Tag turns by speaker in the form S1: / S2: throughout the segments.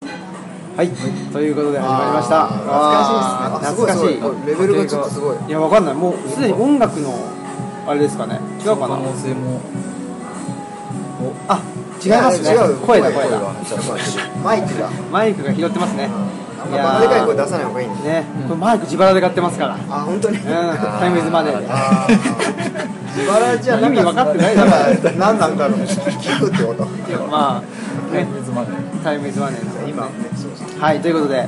S1: はい、ということで始まりました
S2: あー
S1: 懐かしいですね
S2: あ
S1: 懐かしい
S2: すごいすごいレベルがちょっとすごい
S1: いやわかんないもうすでに音楽のあれですかね違うかな
S3: 可能性も
S1: あ違いますね
S2: 違う
S1: 声だ声
S2: が
S1: だ
S2: マイクが
S1: マイクが拾ってますね
S2: あん
S1: いや
S2: ま
S1: ー
S2: でかい声出さない方がいいね
S1: ね、これマイク自腹で買ってますから
S2: あ本当に
S1: うんタイムイズマネーで
S2: あー自腹じゃな
S1: 意味分かってないだ
S2: だ
S1: ろ
S2: から何なんだろう聞くってこと
S1: まあね
S3: 水まで
S1: タイムイズマネーなんで
S2: 今そうそう
S1: はいということで、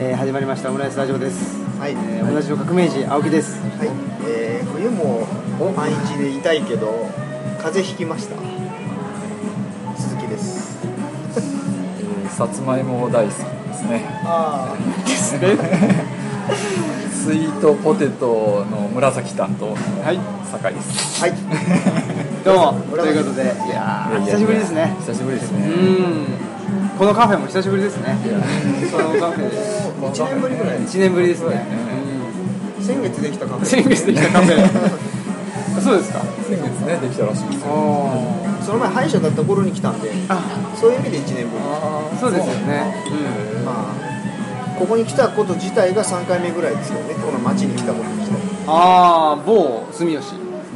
S1: えー始まりましたオムライスラジオです、
S2: はい
S1: えー、同じの革命児青木です
S2: はい、えー、冬も毎日でいたいけど風邪ひきました鈴木です
S3: えーさつまいも大好きですね
S2: あ
S3: スイートポテトの紫担当の
S1: はい
S3: 酒井です
S2: あはい
S1: どうもということでいやー久しぶりですね
S3: 久しぶりです
S1: う
S3: ね
S1: んこのカフェも久しぶりですねこのカフェです
S2: 1年ぶりぐらい
S1: 1年ぶりですね
S2: 先月できたカ
S1: う
S2: フ
S1: ん
S2: ェ
S1: 先月できたカフェそうですか
S3: 先月ねできたらしい ですよ
S1: お
S2: その前歯医者だった頃に来たんで
S1: あ
S2: そういう意味で1年ぶり
S1: そうですよね
S2: まあここに来たこと自体が3回目ぐらいですよねこの町に来たことに来た
S1: ああ某住吉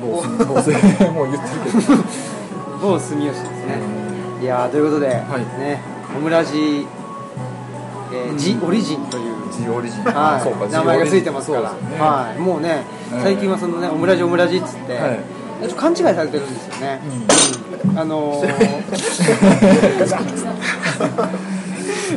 S3: もうもうもう言ってるけど
S1: 某住吉ですねいやーということで
S3: い
S1: ねオムラジえージオリジンという
S3: ジオリジン
S1: はい
S3: そうか
S1: 名前がついてますから、
S3: そうですね
S1: はい、もうね、
S3: うん
S1: 最近はそのね、オムラジオムラジっつって、
S3: はい
S1: ちょっと勘違いされてるんですよね、うんあのー、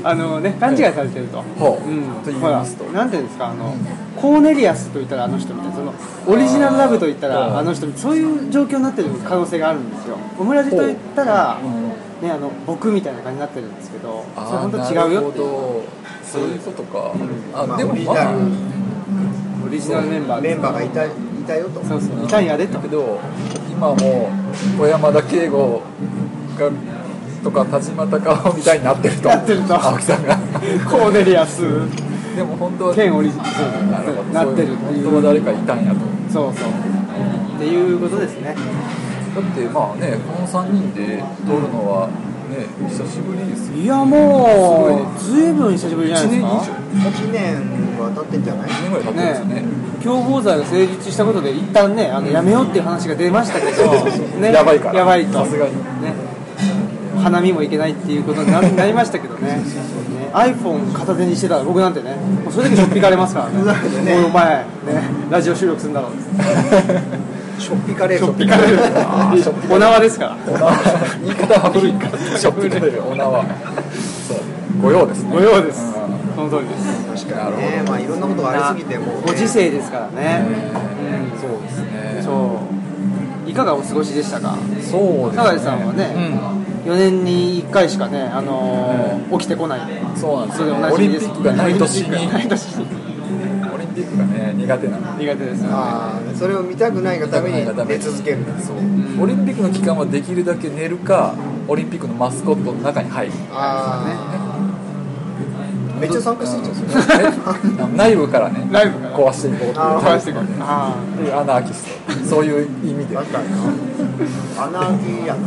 S1: あのね、勘違いされてると、
S3: ほう
S1: うん、
S3: と言い
S1: ほら
S3: ますと
S1: なんていうんですかあの、コーネリアスと言ったらあの人みたいなそのオリジナルラブと言った
S3: あ
S1: ら
S3: ー
S1: あの人みたいなそういう状況になってる可能性があるんですよオムラジと言ったら、
S3: うん
S1: ね、あの僕みたいな感じになってるんですけど それ
S3: あ
S1: 本当
S3: ー
S1: 違うよっていう
S3: なるほどそういうことか
S2: ま
S3: あ
S2: あ
S3: でも
S2: オリジ
S3: ま
S2: ナ
S3: あ
S2: ル
S1: オリジナルメンバー
S2: メ
S1: で
S2: ンバーがいたいたよと
S1: そうそういたんやでと
S3: だけど今もう小山田圭吾がとか田島隆夫みたいになってると
S1: なってると
S3: 青木さ んが
S1: コーネリアス
S3: でも本当は
S1: 兼オリジナ
S3: なるほ
S1: ル
S3: ど
S1: なってるって
S3: そう
S1: い
S3: いうう本当は誰かいたんやと
S1: そうそうっていうことですね
S3: だってまあねこの3人で撮るのはね久しぶりですよ
S1: いやもうずいぶん久しぶりじゃない
S3: 1
S1: で
S3: 年
S1: す
S3: 以
S1: か
S3: 上
S2: 1年は経ってんじゃない
S3: 1年ぐらい経ってますよね
S1: 共謀罪が成立したことで一旦ねあのやめようっていう話が出ましたけど、ね、
S3: やばいから
S1: やばいと
S3: さすがに
S1: ね花見もいけないっていうことにななりましたけどねね iPhone 片手にしてたら僕なんてねもうそれだけしょっぴかれますからね
S2: ね
S1: もうお前ねラジオ収録するんだろう
S2: しょっぴかれる
S1: っぴ かれるお縄ですから
S3: お縄言い方は古いからショックレベルお縄そう御用ですね
S1: ご用です
S3: うん
S1: その通りです
S2: 確
S3: な
S2: か
S3: るほ
S2: に
S3: ど
S2: ねまあいろんなことがありすぎてもうね
S1: ご時世ですからね、
S3: えーそうですね
S1: そういかがお過ごしでしたか
S3: そうですね
S1: 酒井さんはね4年に1回しかね、あのー起きてこない
S3: うん、そうなんです
S1: それ
S3: よ、
S1: でお
S3: ね、
S1: な
S3: オ
S1: じ
S3: リ
S1: みです
S3: ンピックがない年に
S1: オリンピックがない年に
S3: オリンピックがね苦手なの
S1: 苦手ですよね
S2: ああそれを見たくないがために出続ける
S3: そう、オリンピックの期間はできるだけ寝るかオリンピックのマスコットの中 に入る
S2: ああめっちゃ参加してるじゃんそれ
S3: ね内部からね
S1: 内部から
S3: 壊していこう
S2: あー
S1: 返してくるあ
S3: っていうアナーキストそういう意味で
S2: わかる なアナーキーやな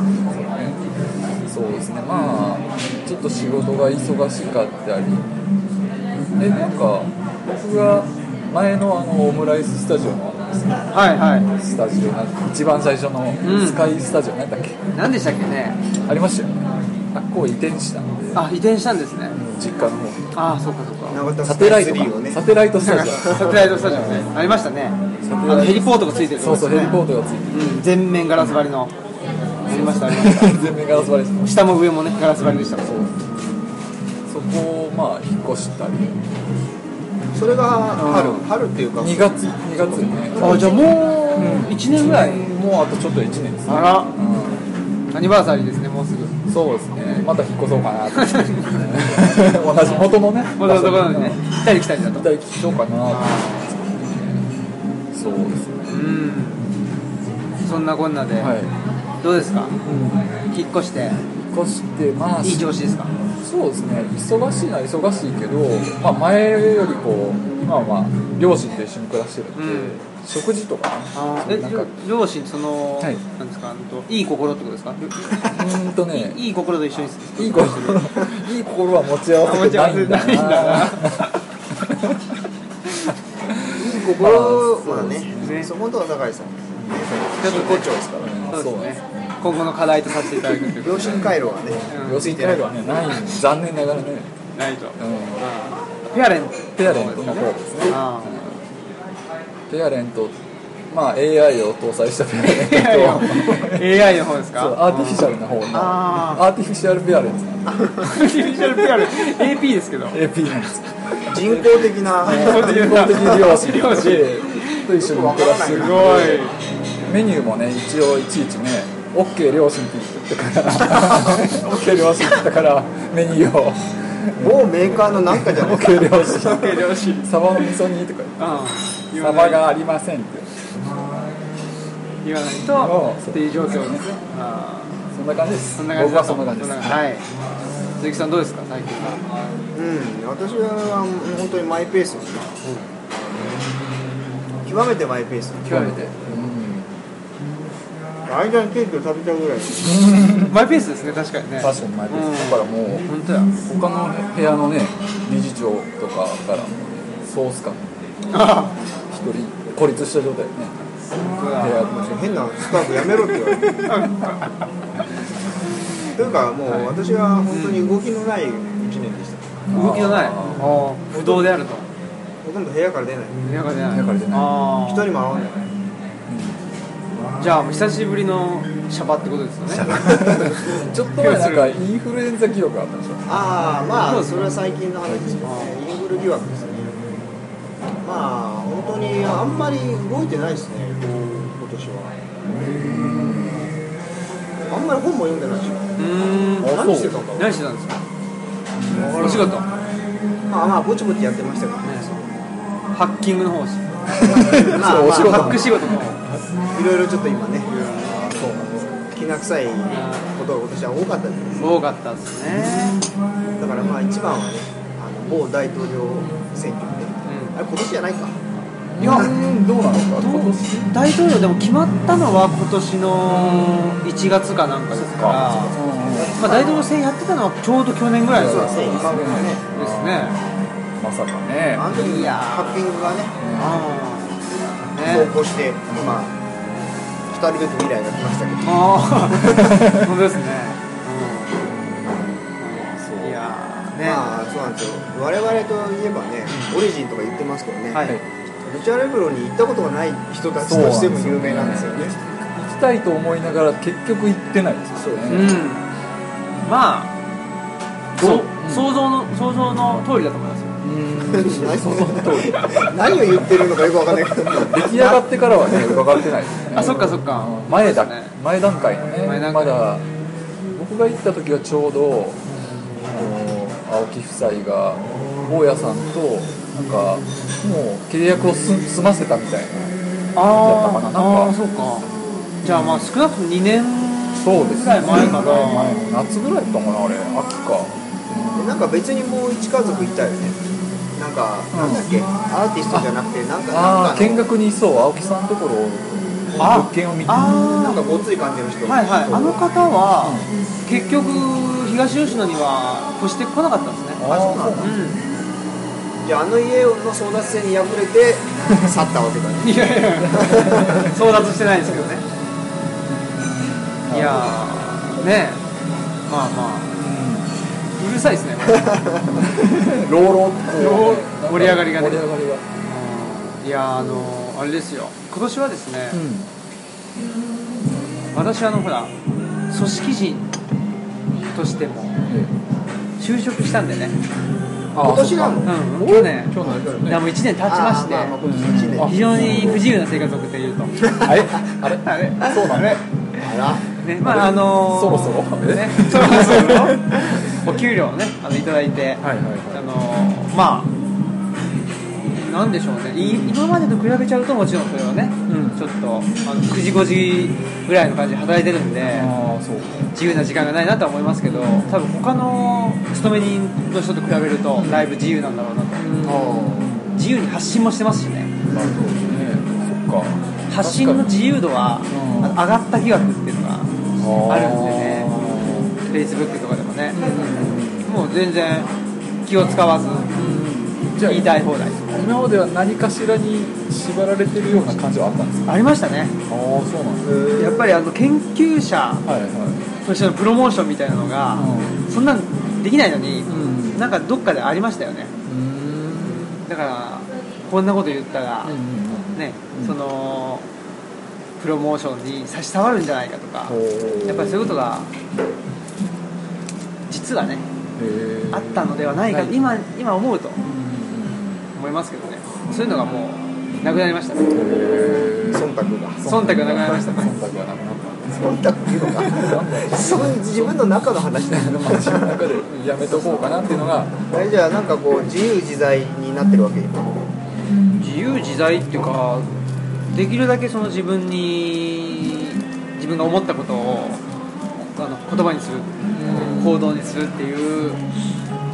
S3: そうですねまあちょっと仕事が忙しかったりえなんか僕が前のあのオムライススタジオの
S1: あはいはい
S3: スタジオなん一番最初の
S1: うん
S3: スカイスタジオなんだっけ、
S1: 何でしたっけね
S3: ありましたよねあっこう移転したので
S1: あ移転したんですね
S3: 実家の方に
S1: ああそうかそうか
S2: 永田
S3: サテライト
S2: スカイツリーを
S3: か
S2: ね
S3: サテライトスタ
S1: なん
S3: ジ
S1: か
S3: オ
S1: サテライトスタジオねありましたねあのヘリポートがついてるとこ
S3: そう
S1: ですね
S3: そうヘリポートがつい
S1: うん全面ガラス張りのありましたありまして
S3: る全面ガラス張りです
S1: た下も上もねガラス張りでした
S3: そうそこをまあ引っ越したり
S2: それが春
S1: うん
S2: 春っていうか
S3: 2月2月にね
S1: あじゃあもう1年ぐらい
S3: もうあとちょっと1年ですね
S1: あら
S3: う
S1: アニバーサリーですねもうすぐ
S3: んそうですねまた引っ越そうか なと同じ元のね
S1: まだそこなのにね行ったり来たりだと
S3: また行きそうかなとそうですね
S1: うんそんなこんなで、
S3: はい、
S1: どうですか
S3: う
S1: 引っ越して
S3: ん、引っ越してまあ
S1: いい調子ですか
S3: そうですね忙しいのは忙しいけど、まあ、前よりこう今はまあ両親と一緒に暮らしてるんで、
S1: うん
S3: 食事とか
S1: あー
S3: そう
S1: え
S3: なんかう
S1: 両親その、
S3: はい
S1: なんですかあのといい心ってこと ですか
S3: ーんとね
S1: いい心と一緒に
S3: いい心 いい心は持ち合わせてないんだ
S1: 持ち合わ
S3: な
S2: 心はね
S1: そうですね
S2: そこのとこは酒井さ
S1: ちょ
S2: ん
S1: っと
S2: 真骨頂ですからね
S1: そう
S3: そ
S1: で
S3: う
S1: す
S3: なんで
S1: ね
S3: す
S1: 今後の課題とさせていただくというこ
S2: 良心回路はね
S1: とで
S3: 養成会はねない残念ながらね、
S1: うんないと
S3: うん、
S1: ペアレント
S3: ペアレントの方ですね
S1: あー
S3: ペアレントまあ AI を搭載したペアレント
S1: AI の方 AI の
S3: と
S1: 方ですか
S3: そうアーティフィシャルな方の
S1: あ
S3: アーティフィシャルペアレントなんで
S1: アーティフィシャルペアレント AP ですけど
S3: AP なんです
S2: 人工的な
S1: 工的
S3: 人工的両親でと一緒に暮らし
S2: す
S3: て
S1: す
S3: る
S1: ごい
S3: メニューもね一応いちいちね OK 両親って言ってたから OK 両親って言ったからメニューを
S2: 某メーカーのなんかじゃない
S3: OK 両親
S1: 計量しうん
S3: サバの味噌煮とか
S1: 言
S3: サ
S1: わな
S3: バ
S1: い
S3: がありませんって
S1: 言わない
S3: そ
S1: と
S3: う
S1: っていう状況ですねあ
S3: そんな感じで
S1: ー
S3: す
S1: そんな感じ
S3: 僕はそんな感じです
S1: そはい鈴木さんどうですか最近は
S2: うん私は本当にマイペースよな極めてマイペース
S1: 極
S3: 極
S1: め
S3: め
S1: て
S3: て
S2: 間にケーキを食べちゃうぐらい
S1: マイペースですね確かにね
S3: ファッション前ですだからもう
S1: 本当や
S3: 他の部屋のね理事長とかからもねソース感
S1: あ
S3: 一人孤立した状態でね
S1: 本当
S3: 部
S1: だ
S3: 屋の
S2: 変なスタッフやめろって言われてというかもう私は本当に動きのない1年でした
S1: 動きのない
S3: あー
S1: あー不動であると
S2: ほとんど部屋から出ない
S1: 部屋から出ない
S3: 部屋から出ない
S1: あー
S2: 一人も会わない
S1: じゃあもう久しぶりのシャバってことですよね
S3: ちょっと前なんかインフルエンザ記録あったでしょ
S2: ああま
S1: そう
S2: あ
S1: ですね
S2: それは最近の話ですけどねインフル疑惑ですねまあ本当にあんまり動いてないですね今年はあんまり本も読んでないし
S1: うーん
S3: あ
S2: 何してたんだろう
S1: 何してたんですかお仕事ハ
S2: まあまあぼちぼちやってましたけどね
S1: ッキングの方し
S2: まあまあ
S3: お仕事
S1: ハック仕事の方
S2: いろいろちょっと今ねきな臭いことが私は多かったです
S1: 多かったですね、
S2: だからまあ一番はねあの某大統領選挙で、ね、あれ今年じゃないか
S1: いや
S3: うんどうなのか今年
S1: 大統領でも決まったのは今年の1月かなんかですから、まあ、大統領選やってたのはちょうど去年ぐらいです
S2: そう
S1: ね
S2: ですね
S3: そうですね
S2: 今
S1: ですね
S2: 頃ね
S3: まさかね
S2: あの
S1: い
S2: 時
S1: やー
S2: ハッピングがね
S1: あ
S2: 投稿して今来るべき未来が来ましたけど
S1: あー 本当ですね、
S3: そう
S1: うん、いやーね、
S2: まあそうなんですよ我々といえばねオリジンとか言ってますけどね、
S1: は
S3: はい
S1: い
S2: ルチャレブロに行ったことがない人たちとしても有名なんですよね
S3: 行きたいと思いながら結局行ってないですよ
S1: う
S3: ね
S1: んまあ
S3: どう
S1: そう想像の想像の通りだと思いますよ
S2: 何
S3: その通り
S2: 何を言ってるのかよくわかんないけど
S3: 出来上がってからはね伺ってないですね
S1: あそっかそっか
S3: うん前だ
S1: そうですね
S3: 前段階のね
S1: 前段階
S3: まだ僕が行った時はちょうどあの青木夫妻が大家さんとなんかもう契約をす済ませたみたいな
S1: あー
S3: だったかななんか
S1: あーそうかじゃあまあ少なくとも2年
S3: そうです
S1: ぐらい前かな
S3: 夏ぐらいだったかなあれ秋か
S2: なんか別にもう一家族いたよねなんか、なんだっけアーティストじゃなくてなんか
S3: あ
S2: な
S3: あ
S2: んか
S3: 見
S2: の
S3: 学にそう青木さんのところ
S1: あ
S3: 物件を見て
S2: な
S1: あ
S2: んかごっつい感じの人
S1: あはいはいあの方は結局東吉野には越してこなかったんですね
S3: あそうなんだ
S1: う
S2: いやあの家の争奪戦に敗れて去ったわけだね
S1: んいやいやいや争奪してないですけどねいやーねえまあまあうるさいですねこれ
S3: ローロ
S1: ロー盛り上がりがね
S3: 盛り上がりが
S1: いやーあのーあれですよ今年はですね、
S3: ん
S1: 私あのほら組織人としても就職したんでね
S2: 今年なの
S1: うん去年
S3: 今日の
S1: でもう1年経ちまして、
S2: あーまあまあ今年一年
S3: あ
S1: 非常に不自由な生活を送っていると
S3: あれあれ
S1: あれ
S3: そうなんだ
S2: あ
S1: ねまああのー、
S3: そろそろ
S1: ねそろそろお給料をねあのいただいて、
S3: はいはい
S1: あのーまあなんでしょうねい今までと比べちゃうともちろんそれはね、
S3: うん
S1: ちょっとあの9時5時ぐらいの感じで働いてるんで
S3: ああそう
S1: 自由な時間がないなとは思いますけど多分他の勤め人の人と比べるとだいぶ自由なんだろうなと
S2: らあ
S1: 自由に発信もしてますしね
S3: なるほどねか
S1: 発信の自由度は
S3: うん
S1: あ上がった疑惑っていうのが
S3: 由
S1: あるんですよね Facebook とかでもね、もう全然気を使わず
S3: じゃあ
S1: 言いたい放題
S3: 今までは何かしらに縛られてるような感じはあったんですか
S1: ありましたね
S3: ああそうなんです
S1: やっぱりあの研究者
S3: はいはい
S1: としてのプロモーションみたいなのが、そんなんできないのに、
S3: ん
S1: なんかどっかでありましたよね
S3: うん
S1: だからこんなこと言ったら、ね、
S3: うん
S1: そのプロモーションに差し障るんじゃないかとかやっぱりそういうことが実はねあったのではないかと今今思うと思いますけどねそういうのがもうなくなりましたね
S2: 忖度が
S1: 忖度がなくなりましたね
S3: 忖度がなくなったんです
S2: 忖度っていうのかそう自分の中の話だ
S3: あの街の中でやめとこうかなっていうのが
S2: あれじゃあなんかこう自由自在になってるわけ今
S1: 自由自在っていうかできるだけその自分に自分が思ったことをあの言葉にする行動にするっていう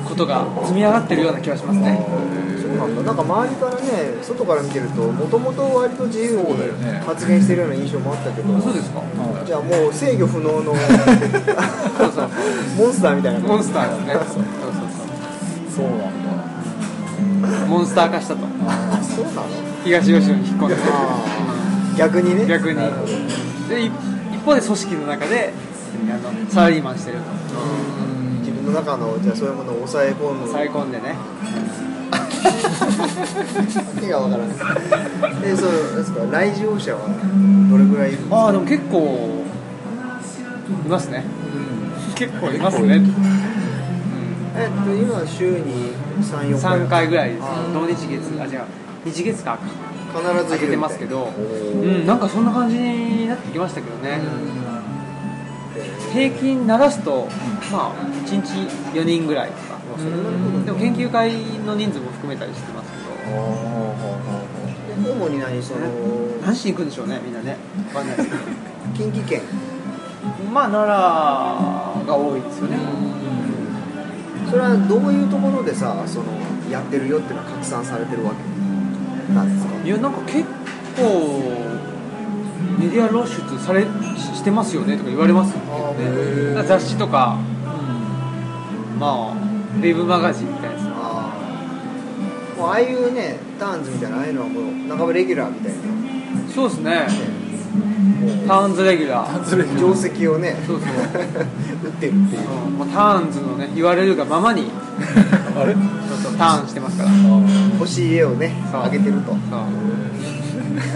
S1: ことが積み上がってるような気がしますね
S2: そうなんだなんか周りからね外から見てるともともと割と自由に
S3: そうだよね
S2: 発言してるような印象もあったけど
S1: そうですか
S2: じゃあもう制御不能の
S1: そうそう
S2: モンスターみたいな
S1: モン
S2: 感じ
S1: スターですねそうそう
S3: そうなんだ
S1: そうモンスター化したと
S2: あそうなの
S1: 東吉野に引っ込んで
S2: あー逆にね
S1: 逆に
S3: なるほど
S1: で一一方で組織の中であのサラリーマンしてると
S2: 自分の中のじゃあそういうものを抑え込む
S1: 抑え込んでね
S2: 手がわからないでそうですか来場者はどれぐらいいる
S1: ああでも結構いますね結構いますね
S2: えっと今は週に34回
S1: 3回ぐらいです
S2: あ
S1: 土日月あ違う日月か
S2: 必ず
S1: 開
S2: い
S1: け
S2: る
S1: て
S2: み
S1: ま
S2: た
S1: す
S2: い
S1: け
S2: な
S1: どうんなんかそんな感じになってきましたけどね平均鳴らすとまあ1日4人ぐらいとか
S2: そんなに来るん
S1: で
S2: だ
S1: も研究会の人数も含めたりしてますけど
S2: 主に何その
S1: 何しに行くんでしょうねみんなね分かんないですけど
S2: 近畿圏
S1: まあ奈良が多いですよね
S2: それはどういうところでさそのやってるよっていうのは拡散されてるわけなんですか
S1: いやなんか結構メディア露出されししてますよねとか言われますよね
S2: あ
S3: ー
S1: だから雑誌とかまあウェブマガジンみたいなや
S2: あーもうああいうねターンズみたいなああいうのはもう半ばレギュラーみたいな
S1: つそうですねタ
S2: も
S1: ーンズレギュラー
S3: ずれ
S2: う定石をね
S1: そうそう、
S2: 打ってるっていう
S1: うんもうターンズのね言われるがままに
S3: あれ
S1: そうそうターンしてますから
S2: 欲しい家をね
S1: そう
S2: あげてると
S1: そう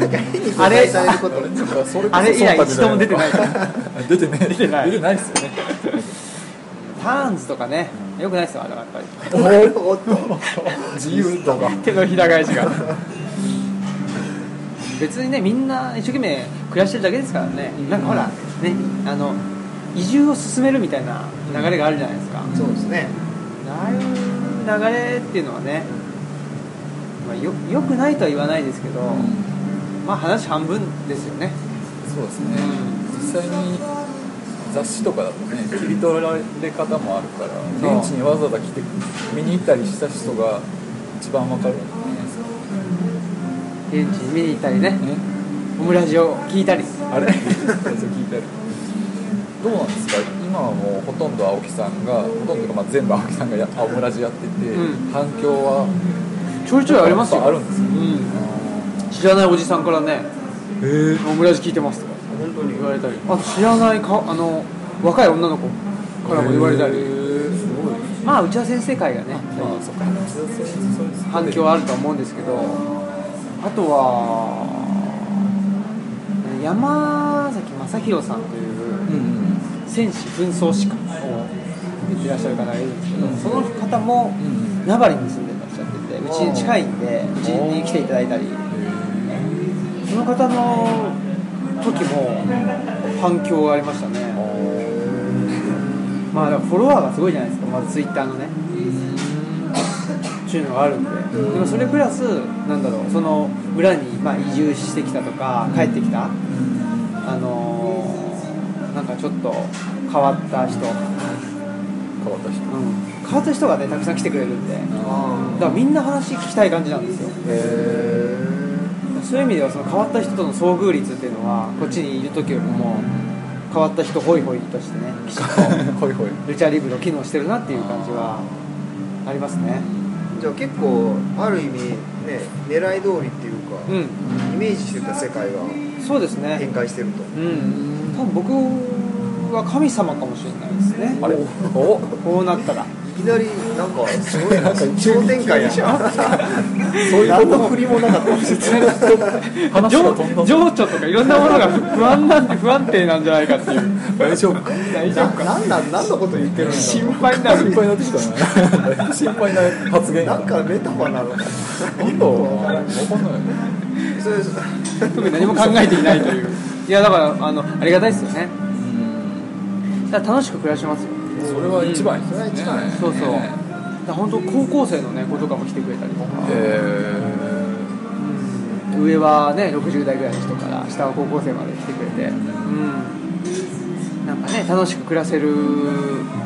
S2: なんか変に誤解されること
S3: そっかそれこそ
S1: あれ以来
S3: 忖度
S1: 一
S3: じゃ
S1: 度も出てない
S3: のか出てない出
S1: てない
S3: 出てないですよね
S1: ターンズとかねよくないですよあれはやっぱり
S2: おっと
S3: 自由とか
S1: 手のひら返しが 別にねみんな一生懸命暮らしてるだけですからね、なんかほらねあの移住を進めるみたいな流れがあるじゃないですか、
S2: そうですね
S1: ああいう流れっていうのはね、まあ、よよくないとは言わないですけど、まあ話半分ですよね、
S3: そうですね実際に雑誌とかだとね切り取られ方もあるから
S1: そう
S3: 現地にわざわざ来て見に行ったりした人が一番わかるんじゃないですか
S1: 現地に見に行ったりね
S3: ね
S1: オムラジオ聞いたり
S3: あれ 聞いてるどうなんですか今はもうほとんど青木さんがほとんどというかまあ全部青木さんがや青村ジやってて、
S1: うん
S3: 反響は
S1: ちょいちょいありますよ
S3: あるんですよ
S1: うん知らないおじさんからね
S3: えー
S1: 「オムラジ聞いてます」とか
S2: 本当に
S1: 言われたりあと知らないかあの若い女の子からも言われたり、
S3: えーすごい
S1: まあ内田先生会がね
S3: まあそっかそうそうそうそう
S1: 反響はあると思うんですけどあとは山崎正弘さんという
S3: うんうん
S1: 戦士紛争士官を言ってらっしゃる方がいるんですけど、
S3: うん
S1: その方も
S3: うん
S1: 名張に住んでらっしゃっててうちに近いんでうちに来ていただいたりその方の時も反響がありましたねまあだからフォロワーがすごいじゃないですかまずツイッターのねっていうのがあるんででもそれプラスなんだろうその村にまあ移住してきたとか帰ってきたあのーなんかちょっと変わった人、
S3: 変わった人
S1: 変わった人がねたくさん来てくれるんでだか
S2: あ
S1: らみんな話聞きたい感じなんですよ
S2: ーへえ
S1: そういう意味ではその変わった人との遭遇率っていうのはこっちにいる時よりも変わった人ホイホイとしてねきちっと
S3: ほいほい
S1: ルチャーリブロ機能してるなっていう感じはありますね
S2: じゃあ結構ある意味ね狙い通りっていうか、
S1: うん
S2: イメージしてた世界が
S1: そうですね
S2: 展開してると
S1: うん多分僕は神様かもしれないですね
S3: あれお
S1: こうなったら
S2: いきなりなんかすごい なんか超展開 でしょ
S3: そういう
S2: 何
S3: こと
S2: の振りもなかった
S3: 説明がちょっと話が飛んだ
S1: 情情緒とかいろんなものが不安なんで不安定なんじゃないかっていう
S3: 大丈夫か
S1: 大丈夫か
S2: 何 なん何のこと言ってるんだ
S1: 心配にな
S3: 心
S1: る
S3: 配になってきたねだいぶ心配な発言
S2: なんかメタファーなのか
S3: なんだろうな分かんないね
S2: それ
S1: 特に何も考えていないといういやだからあのありがたいですよねだから楽しく暮らしますよ
S3: それは一番ですね、
S2: うんそれは一番です
S1: そうそうだ
S3: ね
S1: から本当高校生のね子とかも来てくれたりとか
S3: え
S1: 上はね60代ぐらいの人から下は高校生まで来てくれてうんなんかね楽しく暮らせる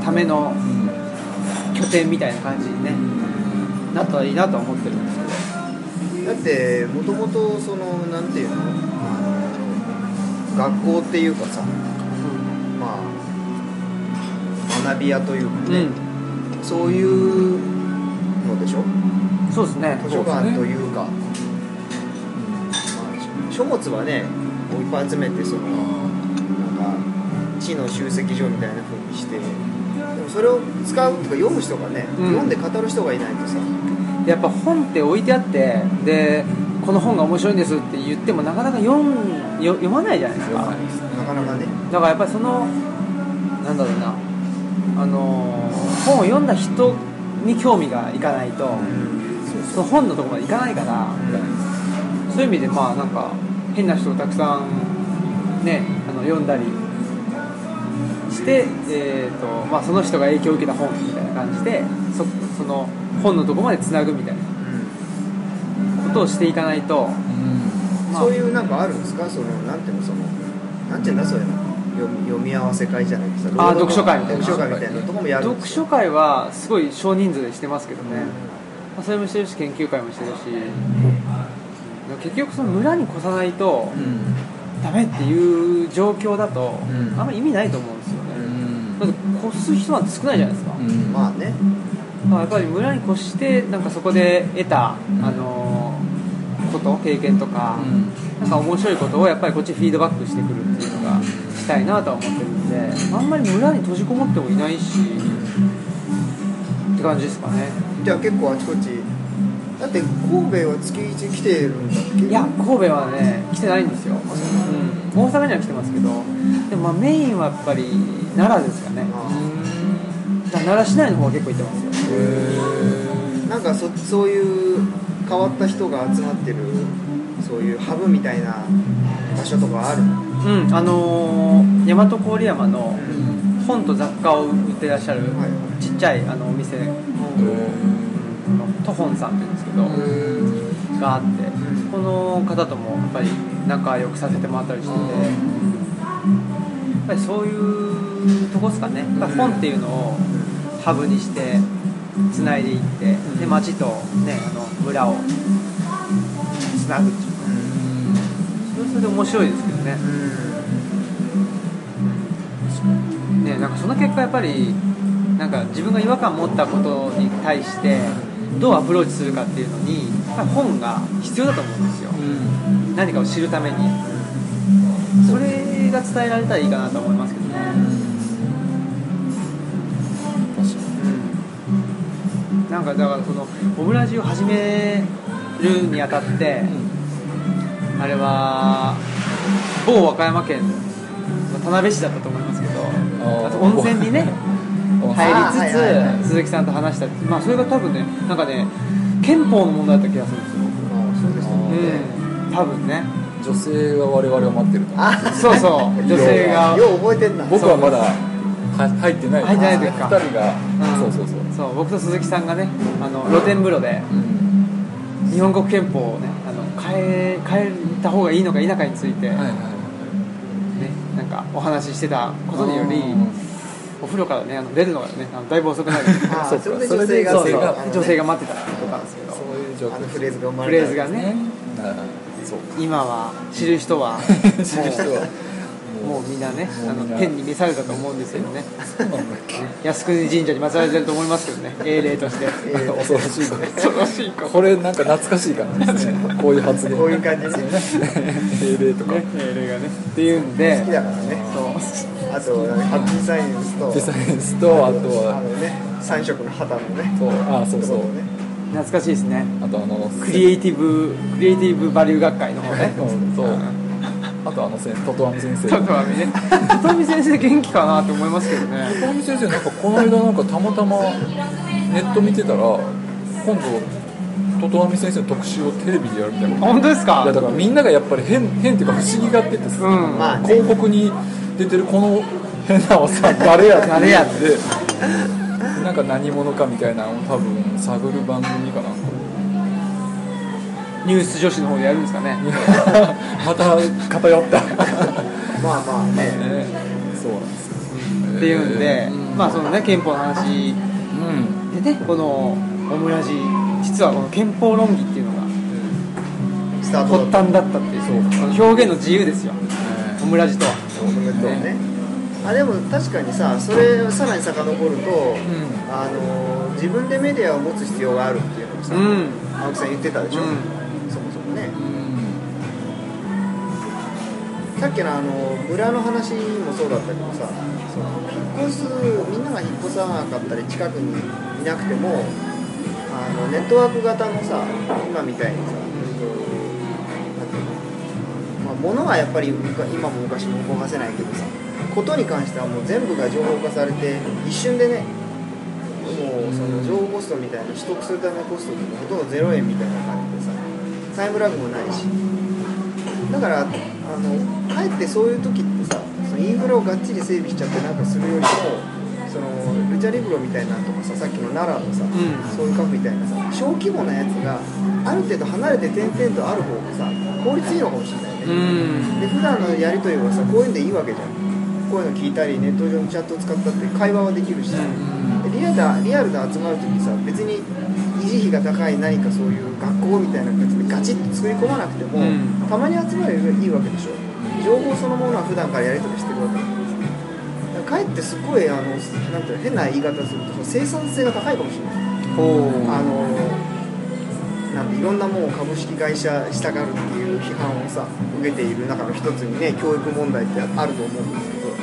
S1: ための拠点みたいな感じに、ね、なったらいいなとは思ってるんですけど
S2: だってもともとそのなんていうの学校っていうかさまあ学び屋というか
S1: う
S2: ね、
S1: ん
S2: そういうのでしょ
S1: そうですね
S2: 図書館というかまあ書物はねこういっぱい集めてそのなんか知の集積所みたいな風にしてでもそれを使うとか読む人がね、
S1: うん
S2: 読んで語る人がいないとさ
S1: やっぱ本って置いてあってでこの本が面白いんですって言ってもなかなか読んよ読まないじゃないですか
S2: なかなかね
S1: だからやっぱりそのなんだろうなあのー本を読んだ人に興味がいかないとその本のところまでいかないからそういう意味でまあなんか変な人をたくさんねあの読んだりして、えーとまあ、その人が影響を受けた本みたいな感じでそその本のところまでつなぐみたいなことをしていかないと、まあ
S2: そういうなんかあるんですかそのなんていうのそのなんていうんだそれの読み読み合わせ会じゃないですか
S1: あー読書会みたいな
S2: 読書会みたいなとこもやるんで
S1: 読
S2: すか
S1: 書会はすごい少人数でしてますけどね、まあそれもしてるし研究会もしてるし結局その村に越さないとダメっていう状況だと、
S3: うん
S1: あんまり意味ないと思うんですよね、だって越す人なんて少ないじゃないですか、
S2: まあね
S1: まあやっぱり村に越してなんかそこで得た、あのーこと経験とか、なんか面白いことをやっぱりこっちフィードバックしてくるっていうのがしたいなとは思ってるんであんまり村に閉じこもってもいないしって感じですかね
S2: じゃあ結構あちこちだって神戸は月一来てるんだっけ
S1: いや神戸はね来てないんですよ、うん、大阪には来てますけどでもまあメインはやっぱり奈良ですかね
S2: あー
S1: だから奈良市内の方は結構行ってますよ
S2: なんかそそういう変わった人が集まってるそういうハブみたいな場所とかあるの
S1: うんあのー大和郡山の本と雑貨を売ってらっしゃる
S2: はい
S1: ちっちゃいあのお店のトホンさんって言うんですけど、があってそこの方ともやっぱり仲良くさせてもらったりしててやっぱりそういうとこですかねやっぱり本っていうのをハブにしてつないでいってで町と、ね、あの村をつなぐっていうかそれはそれで面白いですけどねねなんかその結果やっぱりなんか自分が違和感持ったことに対してどうアプローチするかっていうのにやっぱり本が必要だと思うんですよ何かを知るためにそれが伝えられたらいいかなと思いますけどね、うん、なんかだからそのオムラジを始めるにあたって、あれは某和歌山県の田辺市だったと思いますけど
S3: ー
S1: あと温泉にね入りつつ、
S2: あーはいはいはい
S1: 鈴木さんと話したりまあそれが多分ねなんかね憲法の問題だった気がするんですよ
S2: あそうです
S1: 僕、
S2: ね
S1: うん、多分ね
S3: 女性が我々を待ってると思う
S2: あ
S1: そうそう女性が
S2: よう覚えてんな
S3: 僕はまだは入ってない
S1: 入ってない時か
S3: 2人が
S1: ん
S3: そうそうそう
S1: そう僕と鈴木さんがねあの露天風呂で
S3: うん
S1: 日本国憲法をねあの変え変えた方がいいのか否かについて、
S3: はい
S1: ね、
S3: は
S1: なんかお話ししてたことにより
S3: い
S1: お風呂からねあの出るのがねあのだいぶ遅く なる
S2: あ
S3: そ
S2: ー
S3: うか
S2: それで女性が
S1: そう
S3: それ
S1: そ
S3: で
S1: う
S2: あのね
S1: 女性が待ってたことなんですけど
S3: そういう状
S2: あの
S3: 況
S2: フレーズが生ま
S1: フ
S2: れ
S1: レ
S2: た
S1: ーズがね
S3: はいはいそう
S1: 今は知る人は
S3: 知る人は
S1: もうみんなねあ
S3: もうみん
S1: の
S3: な
S1: 天に召されたと思うんですけどね
S3: そうなんだっけ
S1: 靖国神社に祀られてると思いますけどね英霊と して
S3: 恐ろしいこと
S1: 恐ろしいか
S3: これなんか懐かしい感じですねこういう発言
S2: こういう感じね
S3: ね定例とか
S1: ね英霊がねっていうんで
S2: 好きだからね
S1: そう
S2: あとハッピーサイエンスと
S3: デザインスとあと
S2: あ
S3: は
S2: のね三色の旗のね
S3: そうあそうそう
S2: ところね
S1: 懐かしいですね
S3: あとあの
S1: クリエイティブクリエイティブバリュー学会の方ね
S3: うんそうあとあの先 トトアミ先生
S1: ちょっとはね里見先生元気かなと思いますけどね
S3: 高見先生なんかこの間なんかたまたまネット見てたら今度トトアミ先生の特集をテレビでやるみたいな
S1: 本当ですか
S3: いやだからみんながやっぱり変変っていうか不思議がっててさ、
S1: うん
S2: まあね
S3: 広告に出てるこの変なおっさん誰やって
S1: 誰やっ
S3: でなんか何者かみたいなのを多分探る番 組かなんか
S1: ニュース女子の方でやるんですかね
S3: また 偏った
S2: まあまあね
S3: ねそうなんですよ
S1: っていうんで、
S3: うん
S1: まあそのね憲法の話
S3: うん
S1: でねこのオムラジ実はこの憲法論議っていうのが
S2: スタート
S1: 発
S2: だっ
S1: 端だったっていうその表現の自由ですよオムラジとは
S2: たおめでとうねあでも確かにさそれさらに遡ると、あの自分でメディアを持つ必要があるっていうのをさ、
S1: うん
S2: 青木さん言ってたでしょ、
S1: うん
S2: そもそもね
S3: うん
S2: さっきのあの村の話もそうだったけどさその引っ越すみんなが引っ越さなかったり近くにいなくてもあのネットワーク型のさ今みたいにさ、えっとなんていうのまあ、物はやっぱりむか今も昔も動かせないけどさことに関してはもう全部が情報化されて一瞬でねもうその情報コストみたいな取得するためのコストってほとんど0円みたいな感じでさタイムラグもないしだからあのかえってそういう時ってさそのインフラをがっちり整備しちゃってなんかするよりもそのルチャリブロみたいなのとかささっきの奈良のさ、
S1: ん
S2: そういうカフェみたいなさ小規模なやつがある程度離れて点々とある方がさ効率いいのかもしれないね、
S1: うん
S2: で普段のやり取りはさこういうんでいいわけじゃんこういうの聞いたりネット上のチャットを使ったって会話はできるしさ、
S1: う
S2: でリアルでリアルで集まる時さ別に維持費が高い何かそういう学校みたいな形でガチッと作り込まなくても、
S1: うん
S2: たまに集まればいいわけでしょ情報そのものは普段からやり取りしてるわけだからかえってすごいあのなんていうの変な言い方するとその生産性が高いかもしれない
S1: ほ
S2: あのなんていろんなもう株式会社したがるっていう批判をさ受けている中の一つにね教育問題ってあると思うんですけど